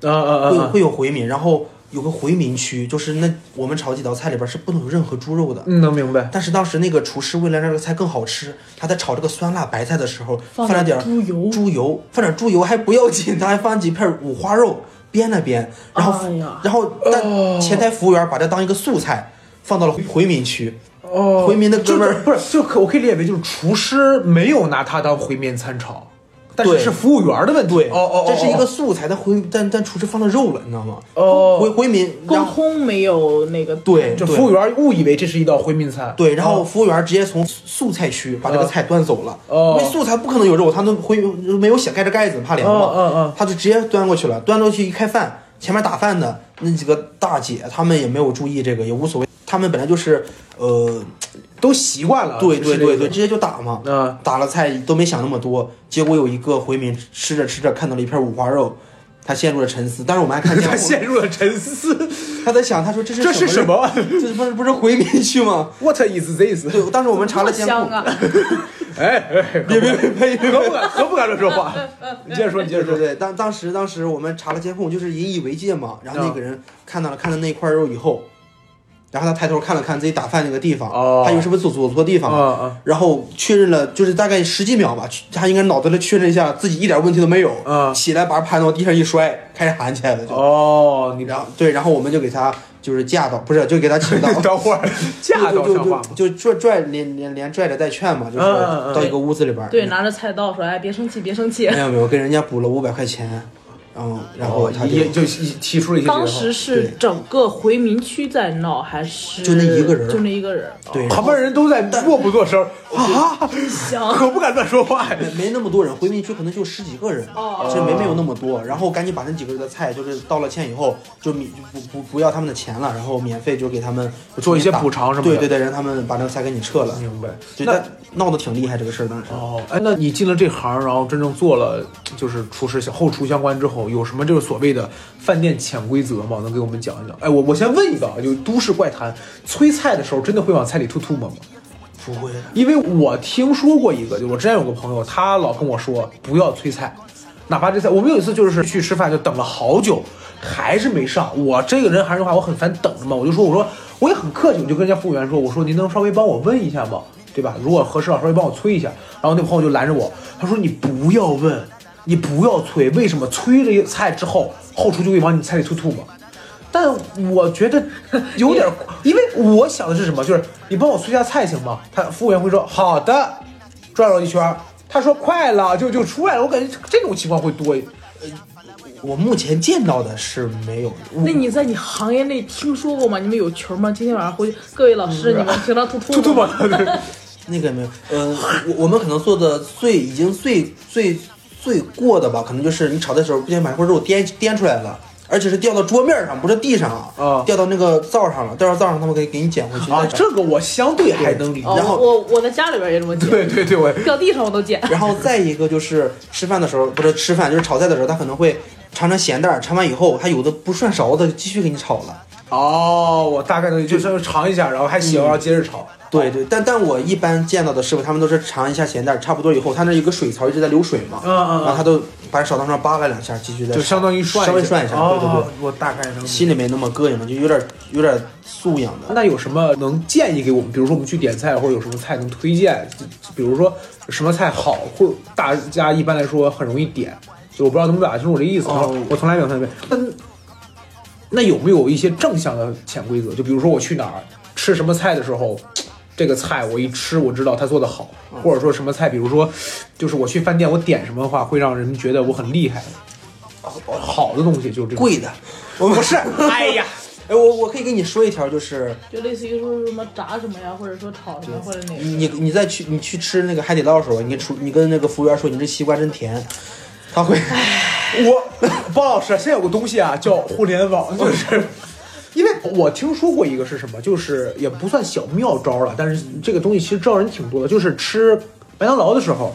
S1: 啊啊
S2: 会
S1: 啊啊！
S2: 会有回民，然后有个回民区，就是那我们炒几道菜里边是不能有任何猪肉的。
S1: 嗯，能明白。
S2: 但是当时那个厨师为了让这个菜更好吃，他在炒这个酸辣白菜的时候
S3: 放
S2: 放了点儿
S3: 猪油
S2: 猪油放点儿猪油还不要紧，他 还放几片五花肉煸了煸，然后、
S3: 哎呀
S2: 然后
S1: 哦
S2: 但前台服务员把这当一个素菜放到了回民区，
S1: 哦
S2: 回民的哥们儿
S1: 就不是，就可我可以理解为就是厨师没有拿它当回民餐炒，但是
S2: 对
S1: 是服务员的问题。
S2: 对，
S1: 哦哦，哦
S2: 这是一个素菜，但回但但厨师放了肉了，你知道吗？
S1: 哦
S2: 回回民
S3: 沟
S2: 然后
S3: 通没有那个
S2: 对
S1: 就
S2: 对
S1: 服务员误以为这是一道回民餐。
S2: 对，然后服务员直接从素菜区把这个菜端走了，
S1: 哦
S2: 因为素菜不可能有肉，他那回没有写盖着盖子，怕凉嘛，
S1: 哦哦哦
S2: 他就直接端过去了，端过去一开饭，前面打饭的那几个大姐，他们也没有注意这个，也无所谓，他们本来就是呃，
S1: 都习惯了。啊
S2: 对
S1: 是
S2: 对
S1: 这
S2: 对
S1: 个
S2: 对，直接就打嘛，
S1: 嗯
S2: 打了菜都没想那么多，结果有一个回民吃着吃着看到了一片五花肉。他陷入了沉思，但是我们还看 见
S1: 他陷入了沉思。
S2: 他在想，他说这是
S1: 这是什
S2: 什
S1: 么
S2: 人这不是不是回民区吗？
S1: What is this？
S2: 对，当时我们查了监
S3: 香
S2: 控，
S3: 啊，
S1: 哎哎，
S2: 别别别别别
S1: 可不敢，可不敢乱说话。你接着说，你接
S2: 对
S1: 着
S2: 对
S1: 说。
S2: 对，当当时当时我们查了监控，就是引以为戒嘛。然后那
S1: 嗯
S2: 个人看到了看到那块肉以后，然后他抬头看了看自己打饭那个地方，
S1: 哦
S2: 他以为是不是走走错地方了，
S1: 嗯嗯
S2: 然后确认了，就是大概十几秒吧，去他应该脑子里确认一下自己一点问题都没有，
S1: 嗯
S2: 起来把盘往地上一摔，开始喊起来了就。
S1: 哦，你，
S2: 然后对，然后我们就给他就是架到，不是就给他请到
S1: 等会儿架到
S2: 就
S1: 像
S2: 就
S1: 话
S2: 就
S1: 吗？
S2: 就拽拽连连连拽着带劝嘛，就是
S1: 嗯嗯嗯
S2: 到一个屋子里边儿，
S3: 对，拿着菜刀说：“哎，别生气，别生气。
S2: 没有没有，给人家补了五百块钱，然嗯，然后他就
S1: 哦也就提出了一些
S3: 当时是
S2: 对
S3: 整个回民区在闹，还是
S2: 就那一个人儿
S3: 就那一个人儿。
S2: 对，
S1: 旁边人都在默不作声啊，
S3: 香，
S1: 可不敢乱说话呀。
S2: 没没那么多人，回民区可能就十几个人，
S3: 哦
S2: 所以没没有那么多。然后赶紧把那几个人的菜，就是道了歉以后，就免就不不不要他们的钱了，然后免费就给他们
S1: 做一些
S2: 打
S1: 补偿什么的
S2: 对对对，让他们把那个菜给你撤了。
S1: 明白
S2: 对，
S1: 那
S2: 但闹得挺厉害这个事儿，当时。
S1: 哦，哎，那你进了这行，然后真正做了就是厨师小后厨相关之后，有什么就是所谓的饭店潜规则吗？能给我们讲一讲？哎，我我先问一个啊，就都市怪谈，催菜的时候真的会往菜里吐吐沫吗？
S2: 不会的，
S1: 因为我听说过一个，就我之前有个朋友，他老跟我说不要催菜，哪怕这菜，我们有一次就是去吃饭，就等了好久，还是没上。我这个人还是那句话，我很烦等着嘛，我就说我说我也很客气，我就跟人家服务员说，我说您能稍微帮我问一下吗？对吧？如果合适的话，稍微帮我催一下。然后那朋友就拦着我，他说你不要问，你不要催，为什么催了菜之后，后厨就会往你菜里吐吐沫？但我觉 得有点儿，因为我想的是什么，就是你帮我催下菜行吗？他服务员会说好的，转悠一圈儿，他说快了就就出来了。我感觉这种情况会多一点。
S2: 我目前见到的是没有的。我
S3: 那你在你行业内听说过吗？你们有群吗？今天晚上回去，各位老师，你们 平常吐吐
S1: 吐吐
S3: 吗？
S1: 吧， 对啊
S2: 那个没有，呃，我我们可能做的最已经最最最过的吧，可能就是你炒的时候不小心把那块肉颠颠出来了。而且是掉到桌面上，不是地上啊，
S1: 啊
S2: 掉到那个灶上了，掉到灶上，他们可以给你捡回去。
S1: 啊，
S2: 再炒
S1: 这个我相对还能理
S3: 哦
S1: 解。
S2: 然后
S3: 我我在家里边也这么捡，
S1: 对对对，我
S3: 掉地上我都捡。
S2: 然后再一个就是吃饭的时候，不是吃饭，就是炒菜的时候，他可能会尝尝咸淡儿，尝完以后，他有的不涮勺子，继续给你炒了。
S1: 哦，我大概能就稍嗯微尝一下，然后还行，然后接着炒。
S2: 对对，但但我一般见到的师傅，他们都是尝一下咸淡儿，差不多以后，他那有个水槽一直在流水嘛，
S1: 嗯嗯嗯
S2: 然后他都把勺当上扒拉两下，继续再
S1: 就相当于
S2: 涮
S1: 涮，
S2: 稍微涮一下，对对对
S1: 哦，，我大概能理解。
S2: 心里没那么膈应了，就有点有点素养的。
S1: 那有什么能建议给我们？比如说我们去点菜，或者有什么菜能推荐？就就比如说什么菜好，或者大家一般来说很容易点，就我不知道能不能表达清楚我这意思。
S2: 哦
S1: 然后我从来没有太问。那那有没有一些正向的潜规则？就比如说我去哪儿吃什么菜的时候，这个菜我一吃我知道它做的好，或者说什么菜，比如说就是我去饭店我点什么的话，会让人觉得我很厉害。哦好的东西就是这个
S2: 贵的，我们
S1: 不是？ 哎呀，
S2: 哎，我我可以跟你说一条，就是
S3: 就类似于说什么炸什么呀，或者说炒什么，或者哪个。
S2: 你你再去你去吃那个海底捞的时候，你跟厨你跟那个服务员说你这西瓜真甜，他会。
S1: 哎我包老师现在有个东西啊，叫互联网，就是。因为我听说过一个是什么，就是也不算小妙招了，但是这个东西其实招人挺多的。就是吃麦当劳的时候，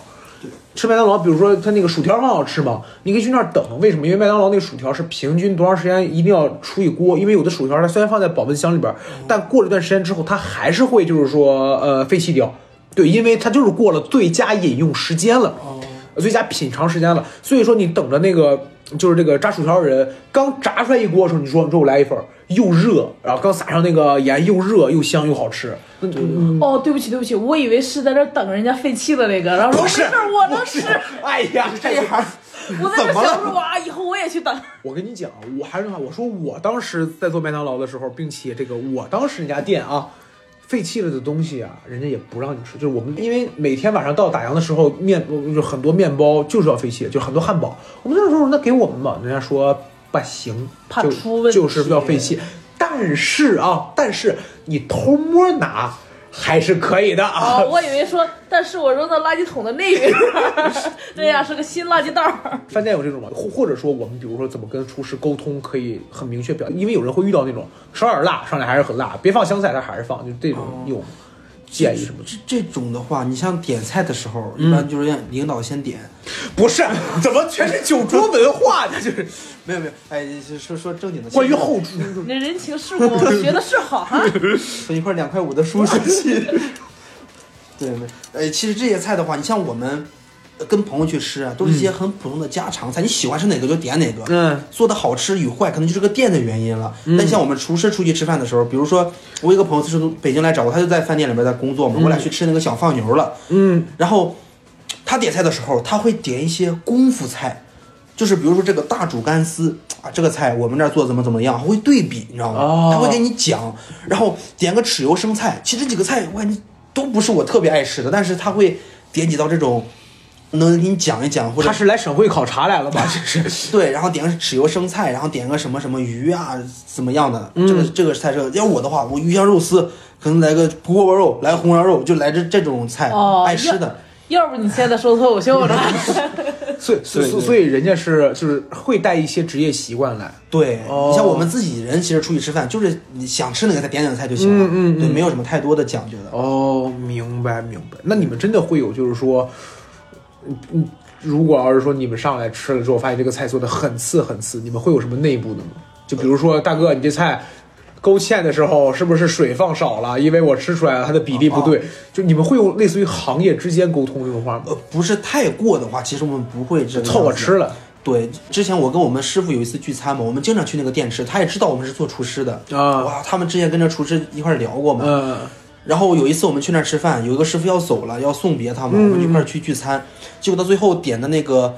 S1: 吃麦当劳，比如说它那个薯条很好吃嘛，你可以去那儿等。为什么？因为麦当劳那个薯条是平均多长时间一定要出一锅，因为有的薯条它虽然放在保温箱里边儿，但过了一段时间之后，它还是会就是说呃废弃掉。对，因为它就是过了最佳饮用时间了。最佳品尝时间了。所以说你等着那个就是这个炸薯条的人刚炸出来一锅的时候，你说你说我来一份儿，又热，然后刚撒上那个盐，又热又香又好吃。那
S3: 哦，对不起，对不起，我以为是在这儿等人家废弃的那个，然后说
S1: 不是
S3: 没事儿，我能吃。
S1: 哎呀，这
S2: 这行
S3: 我在这
S2: 怎么
S3: 儿
S2: 了
S3: 想说啊，以后我也去等。
S1: 我跟你讲，我还是那话，我说我当时在做麦当劳的时候，并且这个我当时那家店啊，废弃了的东西啊，人家也不让你吃。就是我们因为每天晚上到打烊的时候，面就很多面包就是要废弃，就很多汉堡。我们那时候那给我们嘛，人家说不行，
S3: 怕
S1: 就
S3: 出问题
S1: 就是要废弃。但是啊，但是你偷摸拿还是可以的啊。
S3: 哦，我以为说，但是我扔到垃圾桶的那边儿， 对呀、是个新垃圾袋儿。
S1: 饭店有这种吗？或或者说我们比如说怎么跟厨师沟通，可以很明确表，因为有人会遇到那种少点辣，上来还是很辣，别放香菜，他还是放，就这种你有建议什么的？
S2: 这这种的话，你像点菜的时候，
S1: 嗯
S2: 一般就是让领导先点。
S1: 不是，怎么全是酒桌文化呢？就是
S2: 没有没有，哎，是说说正经 的。
S1: 关于后厨，
S3: 你这人情世故，我学的是好哈。
S2: 分一块两块五的书学习。 对没，呃，其实这些菜的话，你像我们呃跟朋友去吃啊，都是一些很普通的家常菜，你喜欢吃哪个就点哪个。
S1: 嗯，
S2: 做的好吃与坏，可能就是个店的原因了。但像我们厨师出去吃饭的时候，比如说我有一个朋友是从北京来找我，他就在饭店里边在工作嘛，我俩去吃那个小放牛了。
S1: 嗯，
S2: 然后他点菜的时候，他会点一些功夫菜，就是比如说这个大煮干丝啊，这个菜我们这儿做怎么怎么样，会对比，你知道吗？
S1: 哦
S2: 他会给你讲，然后点个豉油生菜，其实这几个菜我感觉都不是我特别爱吃的，但是他会点几道这种。能给你讲一讲，或者
S1: 他是来省会考察来了吧？这 是
S2: 对，然后点个豉油生菜，然后点个什么什么鱼啊，怎么样的？这个这个菜色。要我的话，我鱼香肉丝，可能来个锅包肉，来红烧肉，就来这这种菜，
S3: 哦
S2: 爱吃的。
S3: 要不你现在说脱口秀了？
S1: 所以所以
S2: 对对
S1: 所以人家是就是会带一些职业习惯来。
S2: 对，
S1: 哦
S2: 你像我们自己人，其实出去吃饭就是你想吃哪个菜点哪个菜就行了，
S1: 嗯嗯嗯
S2: 对，没有什么太多的讲究的。
S1: 哦，明白明白。那你们真的会有就是说，嗯嗯，如果要是说你们上来吃了之后，发现这个菜做的很次很次，你们会有什么内部的吗？就比如说大哥，你这菜。勾芡的时候是不是水放少了？因为我吃出来了它的比例不
S2: 啊
S1: 对。就你们会有类似于行业之间沟通这种话吗？
S2: 呃，不是太过的话，其实我们不会这个
S1: 凑合
S2: 样子
S1: 吃了。
S2: 对，之前我跟我们师傅有一次聚餐嘛，我们经常去那个店吃，他也知道我们是做厨师的
S1: 啊
S2: 哇，他们之前跟着厨师一块儿聊过嘛。
S1: 嗯，
S2: 然后有一次我们去那儿吃饭，有一个师傅要走了，要送别他们，我们一块儿去聚餐。结果到最后点的那个，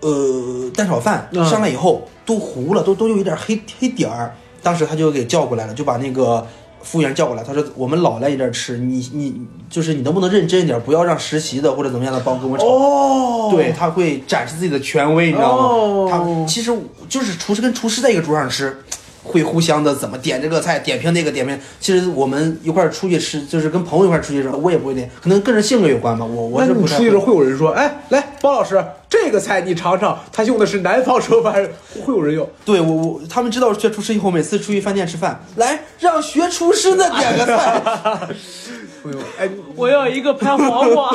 S2: 呃，蛋炒饭
S1: 嗯
S2: 上来以后都糊了，都都有一点黑黑点儿。当时他就给叫过来了，就把那个服务员叫过来，他说：“我们老来你这儿吃，你你就是你能不能认真一点，不要让实习的或者怎么样的帮跟我吵。
S1: 哦
S2: 对，他会展示自己的权威，你知道吗？
S1: 哦
S2: 他其实就是厨师跟厨师在一个桌上吃，会互相的怎么点这个菜，点评那个点评。其实我们一块儿出去吃，就是跟朋友一块儿出去吃，我也不会点，可能跟人性格有关吧。我我
S1: 那
S2: 是
S1: 你
S2: 不
S1: 出
S2: 太
S1: 去的时候
S2: 会。
S1: 会有人说，哎，来，包老师，这个菜你尝尝，他用的是南方手法，会有人有。
S2: 对我我他们知道我学厨师以后，每次出去饭店吃饭，来让学厨师的点个 菜。
S1: 会有，哎，
S3: 我要一个拍黄 瓜。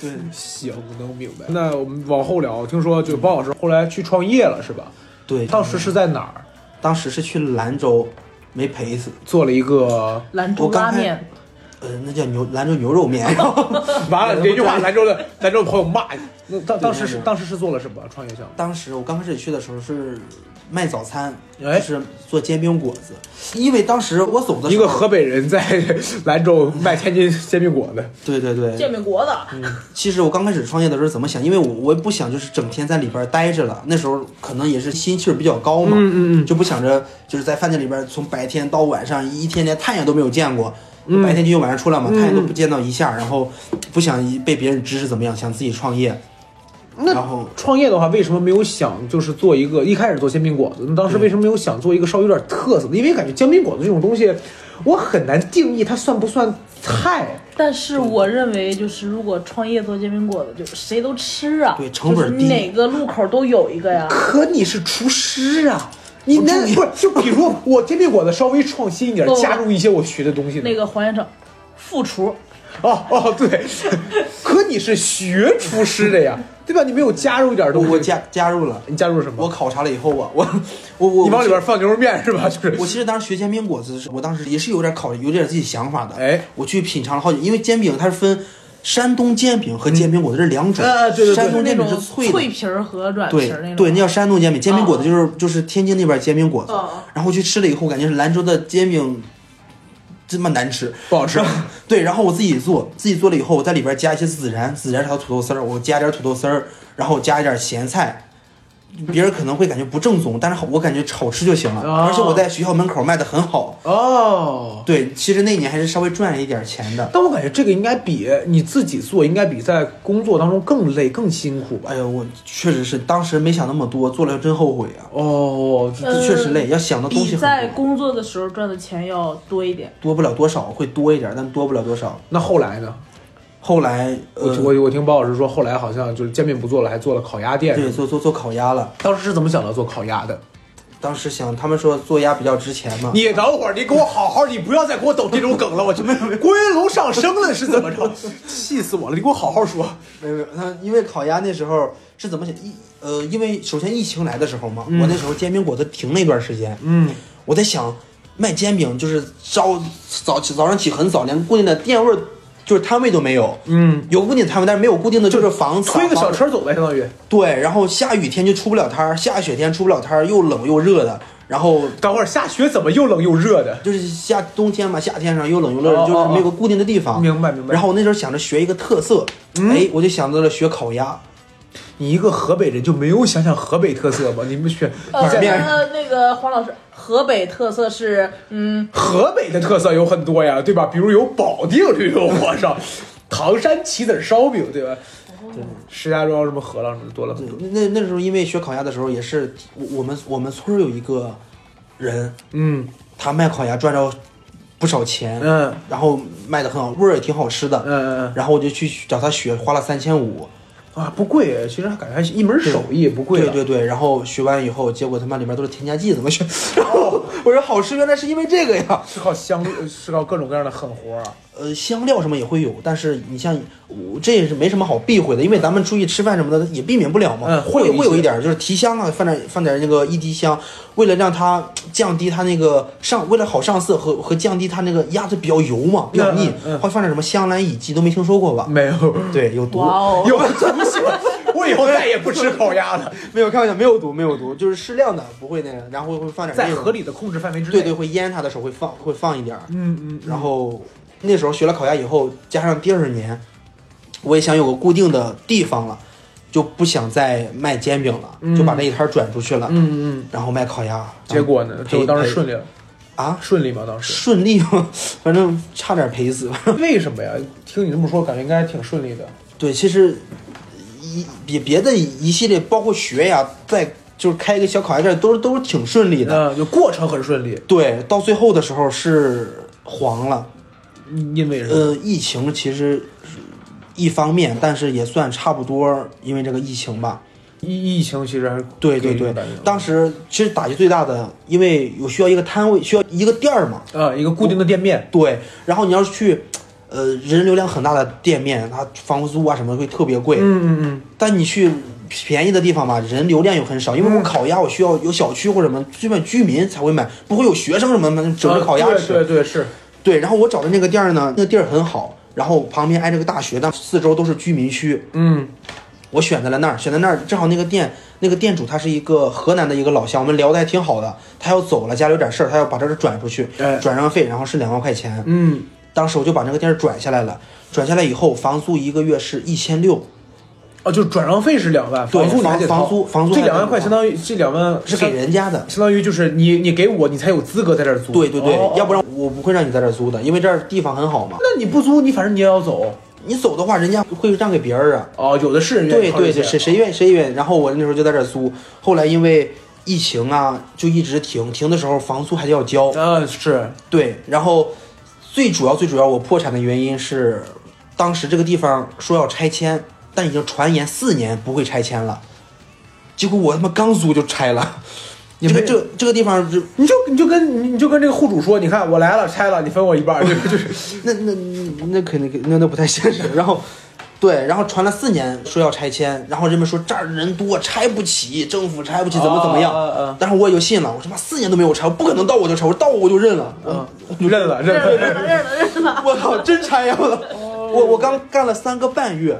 S2: 对，
S1: 行，能明白。那我们往后聊，听说就包老师后来去创业了，是吧？
S2: 对，当
S1: 当时是在哪儿
S2: 当时是去兰州，没赔死，
S1: 做了一个？
S3: 兰州
S2: 我刚
S3: 拉
S2: 开
S3: 面，
S2: 呃，那叫牛兰州牛肉面。
S1: 完了，你这句话兰州的 兰州的朋友骂你。那当当时是当时是做了什么创业项目？
S2: 当时我刚开始去的时候是卖早餐，
S1: 哎
S2: 就是做煎饼果子，因为当时我走的
S1: 一
S2: 时
S1: 个
S2: 候，
S1: 河北人在兰州卖天津煎饼果子，
S2: 对对对，
S3: 煎饼果子，
S2: 其实我刚开始创业的时候怎么想，因为我我不想就是整天在里边待着了，那时候可能也是心气儿比较高嘛，
S1: 嗯嗯嗯
S2: 就不想着就是在饭店里边从白天到晚上一天连太阳都没有见过。
S1: 嗯
S2: 白天就晚上出来嘛，太阳都不见到一下，然后不想一被别人支持怎么样，想自己创业，
S1: 那
S2: 然后
S1: 创业的话，为什么没有想就是做一个一开始做煎饼果子？那当时为什么没有想做一个稍微有点特色的？因为感觉煎饼果子这种东西，我很难定义它算不算菜。
S3: 但是我认为就是如果创业做煎饼果子，就是谁都吃啊，
S2: 对成本低
S3: 就是哪个路口都有一个呀。
S1: 可你是厨师啊，你
S2: 不
S1: 那
S2: 注意
S1: 不是就比如我煎饼果子稍微创新一点
S3: 不，不
S1: 加入一些我学的东西呢。
S3: 那个黄先生，副厨，
S1: 哦哦对， 可你是学厨师的呀，对吧？你没有加入一点
S2: 我
S1: 东西。
S2: 我加加入了，
S1: 你加入什么？
S2: 我考察了以后啊，我我我
S1: 你往
S2: 我
S1: 里边放牛肉面是吧？就是
S2: 我其实当时学煎饼果子的时候，我当时也是有点考，有点自己想法的。
S1: 哎，
S2: 我去品尝了好几，因为煎饼它是分山东煎饼和煎饼果子这两种。
S1: 啊对对对
S2: 山东
S3: 那
S2: 煎饼
S3: 种
S2: 是脆的。
S3: 皮儿和软皮
S2: 对
S3: 儿那种。哦
S2: 对，那叫山东煎饼，煎饼果子就是、就是天津那边煎饼果子，
S3: 嗯嗯
S2: 然后去吃了以后，感觉是兰州的煎饼，这么难吃，
S1: 不 好吃。
S2: 对，然后我自己做，自己做了以后，我在里边加一些孜然，孜然炒土豆丝儿，我加点土豆丝儿，然后加一点咸菜。别人可能会感觉不正宗，但是我感觉好吃就行了。
S1: 哦
S2: 而且我在学校门口卖的很好。
S1: 哦，
S2: 对，其实那年还是稍微赚了一点钱的。
S1: 但我感觉这个应该比你自己做，应该比在工作当中更累、更辛苦吧？
S2: 哎呀，我确实是当时没想那么多，做了真后悔啊！
S1: 哦，
S3: 呃
S2: 确实累，要想的东西
S3: 比
S2: 很
S3: 在
S2: 多，
S3: 工作的时候赚的钱要多一点。
S2: 多不了多少，会多一点，但多不了多少。
S1: 那后来呢？
S2: 后来，
S1: 我
S2: 呃，
S1: 我我听包老师说，后来好像就是煎饼不做了，还做了烤鸭店。
S2: 对，做做做烤鸭了。
S1: 当时是怎么想到做烤鸭的？
S2: 当时想，他们说做鸭比较值钱嘛，
S1: 你等会儿，你给我好好，你不要再给我抖这种梗了，我就郭云龙上升了是怎么着？气死我了！你给我好好说。
S2: 没有没有，那因为烤鸭那时候是怎么想？疫呃，因为首先疫情来的时候嘛，我那时候煎饼果子停了一段时间，
S1: 嗯，
S2: 我在想卖煎饼就是朝早起早上起很早，连固定的店位儿就是摊位都没有，
S1: 嗯，
S2: 有固定摊位，但是没有固定的就是房子，
S1: 推个小
S2: 房子，
S1: 车走呗，相当于。
S2: 对，然后下雨天就出不了摊儿，下雪天出不了摊儿，又冷又热的，然后
S1: 等会儿下雪怎么又冷又热的？
S2: 就是夏冬天嘛，夏天上又冷又热
S1: 哦哦
S2: 的，就是没有
S1: 哦
S2: 个固定的地方。
S1: 明白明白嗯
S2: 然后我那时候想着学一个特色，哎，我就想到了学烤鸭。
S1: 你一个河北人就没有想想河北特色吗？你们选
S3: 呃，
S1: 你在
S2: 面
S3: 呃那个黄老师，河北特色是嗯，
S1: 河北的特色有很多呀，对吧？比如有保定驴肉火烧、唐山棋子烧饼，对吧？
S2: 真的。
S1: 石家庄什么河浪什么多了很多。
S2: 那那时候因为学烤鸭的时候也是，我我们我们村儿有一个人，
S1: 嗯
S2: 他卖烤鸭赚着不少钱，
S1: 嗯
S2: 然后卖的很好，味儿也挺好吃的，
S1: 嗯嗯
S2: 然后我就去找他学，花了三千五，
S1: 嗯啊，不贵，其实还感觉还行一门手艺不贵
S2: 对
S1: 了。
S2: 对对，然后学完以后，结果他妈里面都是添加剂，怎么学？ 然后我说好吃，原来是因为这个呀。
S1: 是靠香，是靠各种各样的狠活儿啊。
S2: 呃，香料什么也会有，但是你像我这也是没什么好避讳的，因为咱们出去吃饭什么的也避免不了嘛。
S1: 嗯会
S2: 会
S1: 有一
S2: 会有
S1: 些
S2: 一点儿就是提香啊，放点放点那个一滴香，为了让它降低它那个上，为了好上色和和降低它那个鸭子比较油嘛，比较
S1: 嗯
S2: 腻，
S1: 嗯嗯
S2: 会放点什么香兰乙 基，都没听说过吧？
S1: 没 有，
S2: 对，有毒。
S3: 哇哦，
S1: 有毒性，我以后再也不吃烤鸭 了，
S2: 没有开玩笑，没有毒，没有毒，就是适量的，不会那个，然后会放点
S1: 在
S2: 那种
S1: 合理的控制范围之内。
S2: 对对，，会腌它的时候会放会放一点儿。
S1: 嗯嗯，
S2: 然后那时候学了烤鸭以后，加上第二年，我也想有个固定的地方了，就不想再卖煎饼了，就把那一摊儿转出去了，
S1: 嗯嗯，
S2: 然后卖烤鸭。
S1: 结果呢？
S2: 赔
S1: 就当时
S2: 赔
S1: 顺利了，
S2: 啊，
S1: 顺利吗？当 时
S2: 顺利吗？反正差点赔死。
S1: 为什么呀？听你这么说，感觉应该挺顺利的。
S2: 对，其实一别别的一系列，包括学呀，再就是开一个小烤鸭店，都是都是挺顺利的。
S1: 嗯，就过程很顺利，
S2: 对，到最后的时候是黄了。
S1: 因为什么？
S2: 呃，疫情其实是一方面，但是也算差不多，因为这个疫情吧。
S1: 疫疫情其实还是
S2: 对对对
S1: 给人感觉，
S2: 当时其实打击最大的，因为有需要一个摊位，需要一个店儿嘛。
S1: 啊一个固定的店面，
S2: 对，然后你要是去，呃，人流量很大的店面，它房租啊什么会特别贵。
S1: 嗯嗯
S2: 但你去便宜的地方吧，人流量又很少，因为我烤鸭我需要有小区或者什么基本居民才会买，不会有学生什么的整着
S1: 啊
S2: 烤鸭吃。
S1: 对对对是，
S2: 对，然后我找的那个店儿呢，那个地儿很好，然后旁边挨着个大学，但四周都是居民区。
S1: 嗯
S2: 我选择了那儿，选择那儿正好那个店，那个店主他是一个河南的一个老乡，我们聊得还挺好的。他要走了，家里有点事儿，他要把这儿转出去，
S1: 哎
S2: 转让费，然后是两万块钱。
S1: 嗯，
S2: 当时我就把那个店儿转下来了，转下来以后，房租一个月是一千六，
S1: 哦，就转让费是两万，
S2: 对
S1: 租你还
S2: 房
S1: 得掏
S2: 房租房租
S1: 这
S2: 还得
S1: 两万块
S2: 掏
S1: 相当于这两万
S2: 是给人家的。
S1: 相当于就是你你给我，你才有资格在这儿租。
S2: 对对对，
S1: 哦
S2: 要不然我不会让你在这儿租的，因为这儿地方很好嘛。
S1: 那你不租，你反正你也要走。
S2: 你走的话，人家会让给别人啊。
S1: 哦，有的是人愿
S2: 对
S1: 意掏这
S2: 对对，
S1: 钱
S2: 谁谁愿意谁愿意。然后我那时候就在这儿租，后来因为疫情啊，就一直停，停的时候房租还要交。
S1: 啊是
S2: 对，然后最主要最主要我破产的原因是，当时这个地方说要拆迁，但已经传言四年不会拆迁了，结果我他妈刚租就拆了。
S1: 你
S2: 这个
S1: 没
S2: 这这个地方就
S1: 你就你就跟你就跟这个户主说，你看我来了，拆了，你分我一半儿，就就是
S2: 那那那那肯定那那不太现实。然后，对，然后传了四年说要拆迁，然后人们说这儿人多拆不起，政府拆不起，怎么怎么样。
S1: 啊啊啊
S2: 但是我也就信了，我他妈四年都没有拆，我不可能到我就拆，我到我就认了。我
S1: 啊认了认
S3: 认了
S1: 了。
S3: 认了认了认了，
S2: 我操，真拆呀！我操，我我刚干了三个半月，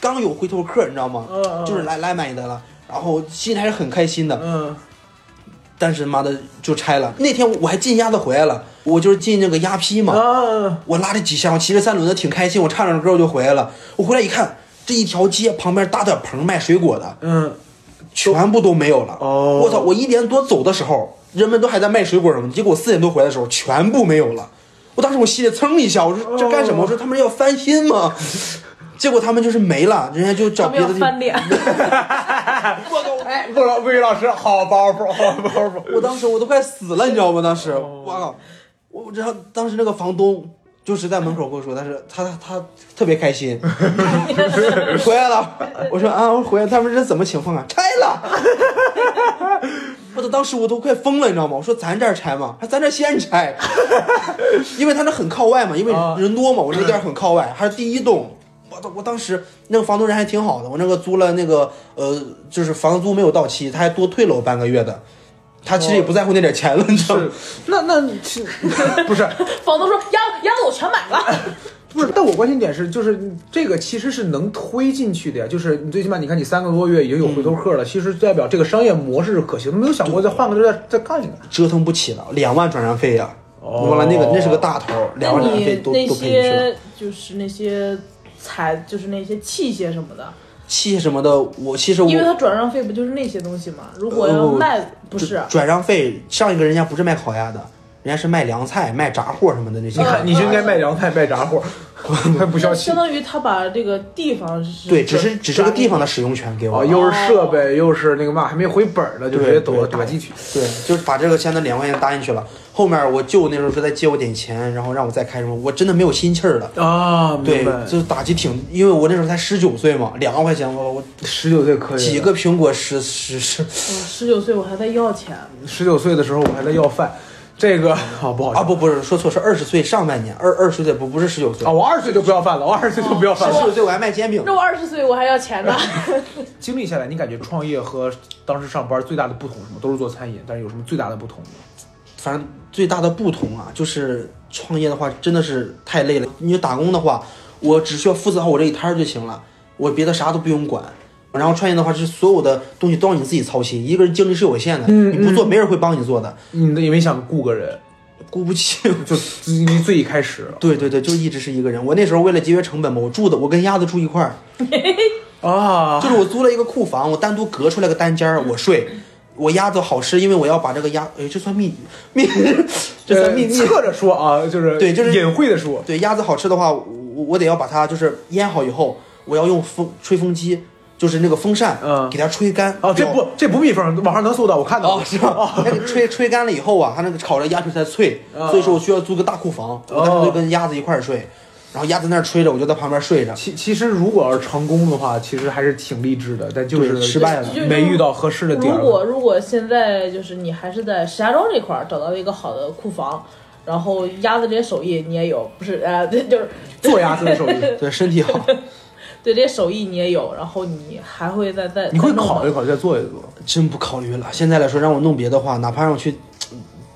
S2: 刚有回头客，你知道吗
S1: 嗯嗯？
S2: 就是来来买的了，然后心里还是很开心的。
S1: 嗯，
S2: 但是妈的就拆了。那天我还进鸭子回来了，我就是进那个鸭坯嘛。
S1: 啊，
S2: 我拉着几箱，我骑着三轮子挺开心，我唱着歌我就回来了。我回来一看，这一条街旁边搭的棚卖水果的
S1: 嗯，
S2: 全部都没有了。
S1: 哦
S2: 我操！我一点多走的时候，人们都还在卖水果什么的，结果我四点多回来的时候全部没有了。我当时我心里噌一下，我说这干什么？我说他们要翻新吗？ 结果他们就是没了，人家就找
S3: 他们
S2: 别
S3: 要
S2: 的地
S3: 翻
S2: 方。
S3: 脸，
S2: 我靠！
S1: 哎，不老魏老师好包袱，好包袱。
S2: 我当时我都快死了，你知道吗？当时，我靠！我然后当时那个房东就是在门口跟我说，但是他他他特别开心，回来了。我说啊，我回来，他们这怎么情况啊？拆了！我操！当时我都快疯了，你知道吗？我说咱这儿拆吗？还咱这儿先拆，因为他那很靠外嘛，因为
S1: 啊
S2: 人多嘛，我这个店儿很靠外，还是第一栋。我操！我当时那个房东人还挺好的，我那个租了那个呃，就是房租没有到期，他还多退了我半个月的。他其实也不在乎那点钱了，你知道吗
S1: 是？，那那是 不是
S3: 房东说鸭鸭子我全买了，
S1: 不是？但我关心点是，就是这个其实是能推进去的呀。就是你最起码你看你三个多月已经有回头客了，其实代表这个商业模式是可行。没有想过再换个地儿再再干一干。
S2: 折腾不起了，两万转让费呀、
S1: 哦
S2: 完了，那个那是个大头，两
S3: 那
S2: 万转让
S3: 你
S2: 费都
S3: 那
S2: 都赔进去了。
S3: 些就是那些材就是那些器械什么的，
S2: 器械什么的，我其实呃我
S3: 因为他转让费不就是那些东西吗？如果
S2: 呃
S3: 要
S2: 我
S3: 卖不是
S2: 转转让费，上一个人家不是卖烤鸭的，人家是卖凉菜、卖杂货什么的那些。
S1: 你看，你就应该卖凉菜、卖杂 货，还不需 要
S3: 相
S1: 钱。
S3: 当于他把这个地方是
S2: 对，只是只是个地方的使用权给我
S1: 啊，
S2: 了。
S1: 又是设备，又是那个嘛，还没回本儿呢，就直接走了大集体。
S2: 对，就是把这个钱的两万元搭进去了。后面我舅那时候说再借我点钱，然后让我再开什么，我真的没有心气儿了。
S1: 啊，
S2: 对
S1: 明白，。
S2: 就是打击挺，因为我那时候才十九岁嘛，两万块钱我我
S1: 十九岁可以了，
S2: 几个苹果十十十
S3: 十九岁我还在要钱，
S1: 十九岁的时候我还在要饭，这个啊不好
S2: 啊
S1: 啊
S2: 不不是说错是二十岁上半年，二二十岁不不是十九岁
S1: 啊，，我二十岁就不要饭了，我二十岁就不要饭
S2: 十
S1: 了。
S2: 九岁我还卖煎饼
S3: 那，我二十岁我还要钱 呢。
S1: 经历下来，你感觉创业和当时上班最大的不同是什么？都是做餐饮，但是有什么最大的不同吗？
S2: 反正最大的不同啊，就是创业的话真的是太累了。你打工的话，我只需要负责好我这一摊儿就行了，我别的啥都不用管。然后创业的话，是所有的东西都让你自己操心，一个人精力是有限的，你不做没人会帮你做的，
S1: 你也没想雇个人，
S2: 顾不起。
S1: 就你最一开始
S2: 对对对，就一直是一个人。我那时候为了节约成本嘛，我住的我跟鸭子住一块儿，
S1: 啊
S2: 就是我租了一个库房，我单独隔出来个单间儿，我睡。我鸭子好吃，因为我要把这个鸭，哎，这算秘秘，这算秘密。
S1: 呃侧着说啊，就是
S2: 对就是
S1: 隐晦的说，
S2: 对鸭子好吃的话，我我我得要把它就是腌好以后，我要用风吹风机，就是那个风扇，
S1: 嗯
S2: 给它吹干。
S1: 啊，这
S2: 然后
S1: 不这不密封，网上能搜到，我看到
S2: 哦
S1: 了，
S2: 是吧？那个吹吹干了以后啊，它那个烤的鸭皮才脆，
S1: 啊
S2: 所以说我需要租个大库房，我
S1: 哦
S2: 当时就跟鸭子一块儿睡，然后鸭子那儿吹着，我就在旁边睡着。
S1: 其其实如果要是成功的话，其实还是挺励志的，但就是
S2: 对失败了
S3: 就
S1: 没遇到合适的点
S3: 如
S1: 儿。
S3: 果如果现在就是你还是在石家庄这块儿找到了一个好的库房，然后鸭子这些手艺你也有，不是 呃，对，就是
S1: 做鸭子的 手艺，
S2: 对，身 体好。
S3: 对这些手艺你也有，然后你还会再再
S1: 你会
S3: 再弄
S1: 考
S3: 吗
S1: 虑考虑再做一做。
S2: 真不考虑了。现在来说，让我弄别的话，哪怕让我去，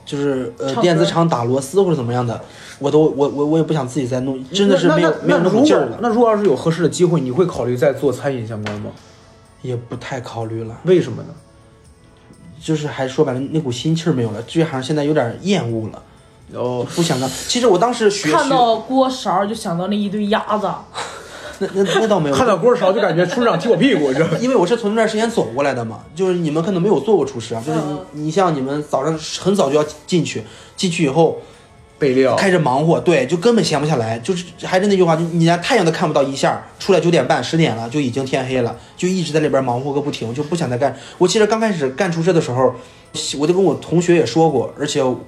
S2: 就是呃
S3: 唱歌
S2: 电子厂打螺丝或者怎么样的，我都我我我也不想自己再弄，真的是没有没
S1: 那
S2: 有
S1: 那
S2: 股
S1: 如
S2: 劲
S1: 果
S2: 儿了，
S1: 那如果要是有合适的机会，你会考虑再做餐饮相关吗？
S2: 也不太考虑了。
S1: 为什么呢？
S2: 就是还说白了，那股心气儿没有了，这行现在有点厌恶了，
S1: 哦，
S2: 不想干。其实我当时学
S3: 看
S2: 学
S3: 到锅勺儿就想到那一堆鸭子，
S2: 那那那倒没有，
S1: 看到锅勺就感觉村长踢我屁股，这
S2: 因为我是从那段时间走过来的嘛，就是你们可能没有做过厨师啊，就是
S3: 嗯
S2: 你你像你们早上很早就要进去，进去以后
S1: 备料。
S2: 开始忙活，对，就根本闲不下来，就是还是那句话，就你连太阳都看不到一下，出来九点半、十点了就已经天黑了，就一直在里边忙活个不停，就不想再干。我记得刚开始干厨师的时候，我就跟我同学也说过，而且我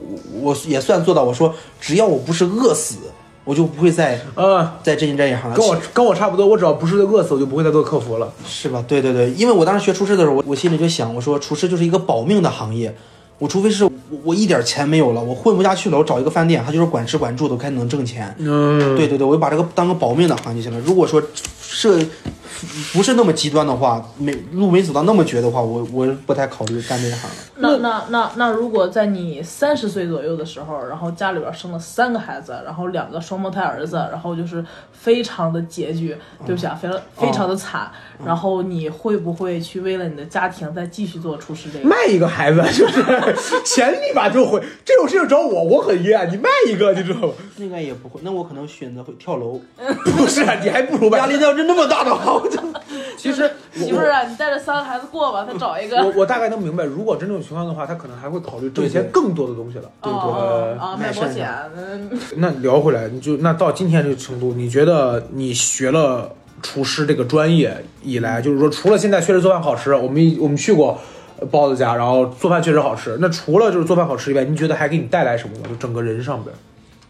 S2: 我也算做到，我说只要我不是饿死，我就不会再
S1: 嗯，
S2: 再进这一行了。
S1: 跟我跟我差不多，我只要不是饿死，我就不会再做客服了。
S2: 是吧？对对对，因为我当时学厨师的时候，我我心里就想，我说厨师就是一个保命的行业，我除非是我我一点钱没有了，我混不下去了，我找一个饭店，他就是管吃管住的，我看能挣钱。
S1: 嗯，
S2: 对对对，我就把这个当个保命的行业去了。如果说是不是那么极端的话，没路没走到那么绝的话，我我不太考虑干这一行了。
S3: 那那那那，如果在你三十岁左右的时候，然后家里边生了三个孩子，然后两个双胞胎儿子，然后就是非常的拮据，对不起啊，非常非常的惨。
S1: 哦
S3: 然后你会不会去为了你的家庭再继续做厨师这个？
S1: 卖一个孩子 就是钱立马就回，这种事情找我，我很冤。你卖一个，你知道吗？
S2: 应该也不会，那我可能选择会跳楼。
S1: 不是，你还不如
S2: 压
S1: 卖。
S2: 力要是那么大的话， 我就
S1: 其实
S3: 媳妇儿啊，你带着三个孩子过吧，再找一个。
S1: 我我大概能明白，如果真这种情况的话，他可能还会考虑挣
S2: 对对
S1: 钱更多的东西了。
S2: 对对
S3: 哦哦啊，
S2: 卖
S3: 卖保
S2: 肾
S3: 险，
S2: 上
S3: 嗯，
S1: 那聊回来，你就那到今天这个程度，你觉得你学了厨师这个专业以来，就是说除了现在确实做饭好吃，我们我们去过呃包子家，然后做饭确实好吃。那除了就是做饭好吃以外，你觉得还给你带来什么吗？就整个人上边，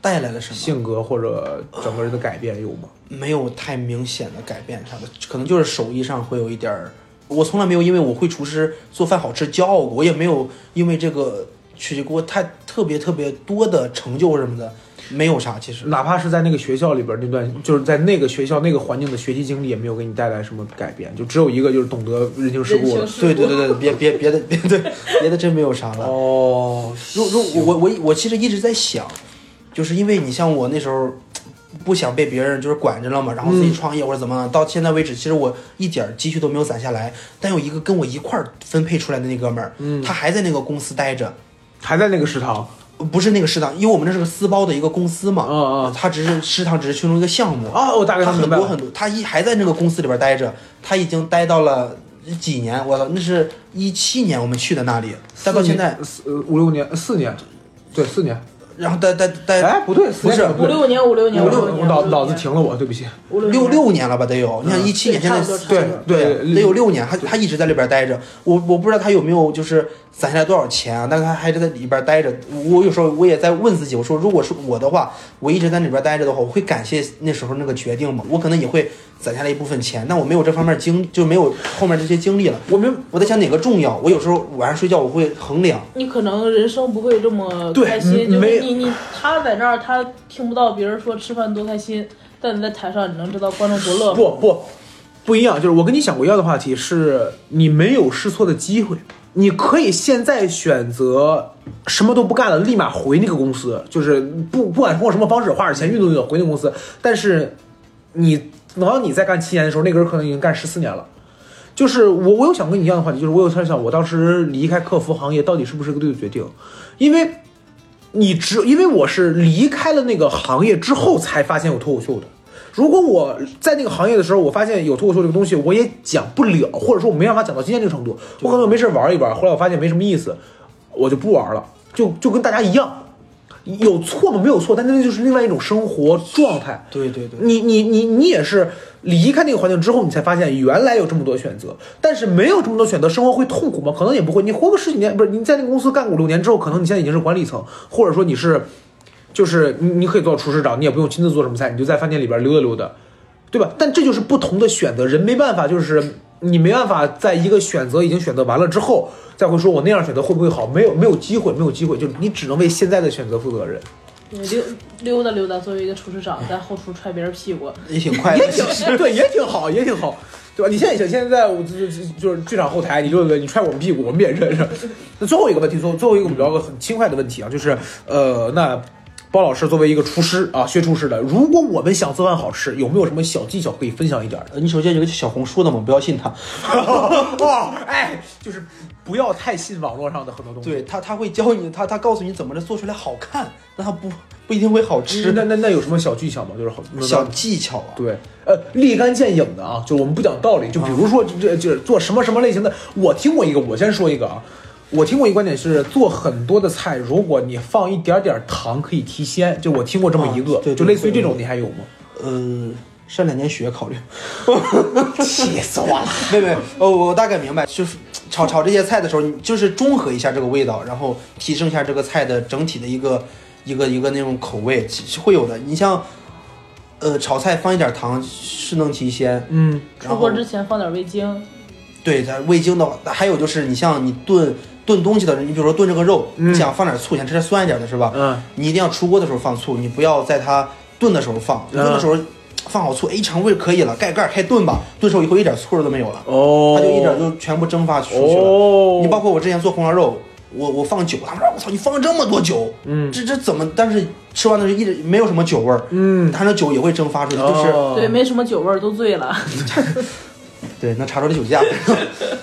S2: 带来了什么？
S1: 性格或者整个人的改变有吗？
S2: 没有太明显的改变啥的，可能就是手艺上会有一点儿。我从来没有因为我会厨师做饭好吃骄傲过，我也没有因为这个取过太特别特别多的成就什么的，没有啥其实。
S1: 哪怕是在那个学校里边那段，就是在那个学校那个环境的学习经历，也没有给你带来什么改变，就只有一个就是懂得人情世
S3: 人
S1: 故
S3: 情
S1: 了。
S3: 世
S2: 对
S3: 故
S2: 对。对对，别别别的别对别的真没有啥了。
S1: 哦，
S2: 如如我我我其实一直在想，就是因为你像我那时候不想被别人就是管着了嘛，然后自
S1: 嗯
S2: 己创业或者怎么样，到现在为止，其实我一点儿积蓄都没有攒下来。但有一个跟我一块儿分配出来的那哥们儿，
S1: 嗯
S2: 他还在那个公司待着，
S1: 还在那个食堂，
S2: 不是那个食堂，因为我们那是个私包的一个公司
S3: 啊
S2: 嘛，
S1: 嗯嗯
S2: 他只是食堂只是其中一个项目，
S1: 哦，我大概
S2: 他
S1: 能
S2: 很
S1: 明白
S2: 多
S1: 了
S2: 很。多，他一还在那个公司里边待着，他已经待到了几年，我操，那是一七年我们去的那里，待到现在
S1: 呃四年四呃五六年四年，对四年
S2: 然后待待待，
S1: 哎，不对，
S2: 不是
S1: 四年
S3: 五六年，五六年，
S1: 五
S3: 五六
S1: 六，
S3: 年，
S1: 脑脑子停了我，对不起。
S3: 五六年嗯
S2: 六，六年了吧，得有。你看一七年，现在
S3: 差不多差不
S1: 多对
S2: 对，得有六年，他他一直在里边待着。我我不知道他有没有就是攒下来多少钱啊，但是他还是在里边待着。我有时候我也在问自己，我说如果是我的话，我一直在里边待着的话，我会感谢那时候那个决定吗？我可能也会攒下来一部分钱，但我没有这方面经，就没有后面这些经历了。
S1: 我明
S2: 我在想哪个重要，我有时候晚上睡觉我会衡量。
S3: 你可能人生不会这么
S1: 对
S3: 开心，
S1: 你
S3: 就
S1: 没
S3: 是你你他在那儿，他听不到别人说吃饭多开心，但你在台上，你能知道观众多乐吗？
S1: 不不不一样，就是我跟你想过要的话题是，你没有试错的机会，你可以现在选择什么都不干了，立马回那个公司，就是不不管通过什么方式，花点钱运动运动回那个公司。但是你等到你再干七年的时候，那个人可能已经干十四年了。就是我，我有想跟你一样的话题，就是我有在想，我当时离开客服行业到底是不是一个对的决定，因为。你只因为我是离开了那个行业之后才发现有脱口秀的。如果我在那个行业的时候，我发现有脱口秀这个东西，我也讲不了，或者说我没办法讲到今天这个程度，我可能没事玩一玩，后来我发现没什么意思，我就不玩了，就就跟大家一样，有错吗？没有错，但那就是另外一种生活状态。
S2: 对对对，
S1: 你你你你也是离开那个环境之后，你才发现原来有这么多选择，但是没有这么多选择，生活会痛苦吗？可能也不会。你活个十几年，不是你在那个公司干五六年之后，可能你现在已经是管理层，或者说你是，就是你你可以做厨师长，你也不用亲自做什么菜，你就在饭店里边溜达溜达，对吧？但这就是不同的选择，人没办法，就是你没办法在一个选择已经选择完了之后，再会说我那样选择会不会好？没有没有机会，没有机会，就是你只能为现在的选择负责任。
S3: 你溜溜达溜达，作为一个厨师长，在后厨踹别人屁股，
S2: 也挺快乐
S1: 也。挺 对，也挺好，也挺好，对吧？你现在想，现在我就就就是剧场后台，你论论，你踹我们屁股，我们也认识。那最后一个问题，最后最后一个我们聊个很轻快的问题啊，就是呃，那包老师作为一个厨师啊，学厨师的，如果我们想做饭好吃，有没有什么小技巧可以分享一点儿的？
S2: 你手机有个小红书的嘛，不要信他。
S1: 哇，哎，就是不要太信网络上的很多东西。
S2: 对他，他会教你，他他告诉你怎么着做出来好看，但他不不一定会好吃。
S1: 嗯那那那有什么小技巧吗？就是好
S2: 小技巧啊，
S1: 对，呃，立竿见影的啊，就是我们不讲道理，就比如说这这就是做什么什么类型的，我听过一个，我先说一个啊，我听过一个观点是，做很多的菜，如果你放一点点糖可以提鲜，就我听过这么一个，
S2: 啊对对
S1: 就类似于
S2: 对
S1: 这种，你还有吗？
S2: 嗯、上两年学考虑，
S1: 气死我了！
S2: 没没，哦，我大概明白，就是炒炒这些菜的时候，你就是中和一下这个味道，然后提升一下这个菜的整体的一个一个一个那种口味其实会有的。你像，呃，炒菜放一点糖是能提鲜，
S1: 嗯，
S2: 然
S3: 出
S2: 后
S3: 锅之前放点味精，
S2: 对它味精的话，还有就是你像你炖炖东西的时候，你比如说炖这个肉，
S1: 嗯
S2: 你想放点醋，想吃点酸一点的是吧？
S1: 嗯，
S2: 你一定要出锅的时候放醋，你不要在它炖的时候放，
S1: 嗯
S2: 炖的时候放好醋，哎，一尝味可以了，盖盖儿开炖吧，炖熟以后一点醋味都没有了，
S1: 哦
S2: 它就一点就全部蒸发出去了。
S1: 哦，
S2: 你包括我之前做红烧肉，我我放酒，他们说我操，你放了这么多酒，
S1: 嗯
S2: 这这怎么？但是吃完的时候一直没有什么酒味儿，
S1: 嗯，
S2: 它那酒也会蒸发出去，就是、
S1: 哦
S3: 对，没什么酒味儿，都醉了。
S2: 对，能查出来酒驾。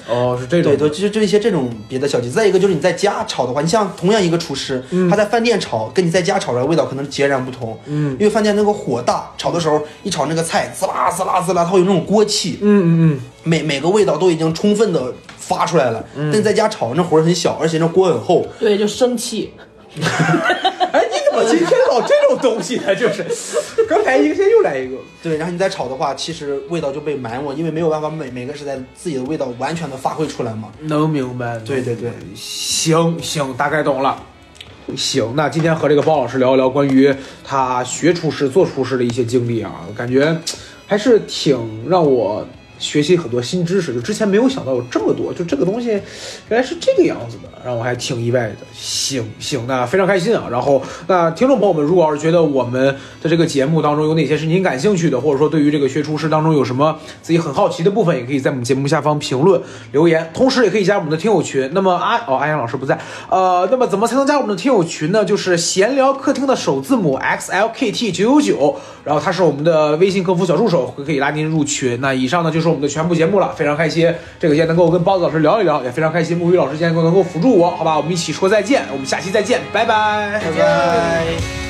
S1: 哦是这种
S2: 对，都就是这一些这种别的小技。再一个就是你在家炒的话，你像同样一个厨师，他在饭店炒跟你在家炒出来的味道可能截然不同。
S1: 嗯，
S2: 因为饭店那个火大，炒的时候一炒那个菜滋啦滋啦滋啦，它会有那种锅气，
S1: 嗯嗯
S2: 每每个味道都已经充分的发出来了。嗯、但在家炒那火很小，而且那锅很厚，
S3: 对，就生气。
S1: 嗯， 哎，你怎么今天老这种东西呢？就是刚才一个，现在又来一个，
S2: 对，然后你再炒的话，其实味道就被埋没，因为没有办法每每个食材自己的味道完全的发挥出来嘛。
S1: 能明白。
S2: 对对对，
S1: 行行，大概懂了。行，那今天和这个包老师聊一聊关于他学厨师、做厨师的一些经历啊，我感觉还是挺让我学习很多新知识，就之前没有想到有这么多，就这个东西原来是这个样子的，让我还挺意外的。行行，那非常开心啊。然后，那听众朋友们，如果要是觉得我们的这个节目当中有哪些是您感兴趣的，或者说对于这个学厨师当中有什么自己很好奇的部分，也可以在我们节目下方评论留言，同时也可以加入我们的听友群。那么阿哦，阿阳老师不在，呃，那么怎么才能加入我们的听友群呢？就是闲聊客厅的首字母 X L K T 九九九，然后他是我们的微信客服小助手，可以拉您入群。那以上呢就是我们的全部节目了，非常开心，这个今天能够跟包子老师聊一聊，也非常开心，木鱼老师今天能够能够辅助我，好吧，我们一起说再见，我们下期再见，拜拜
S2: 拜拜。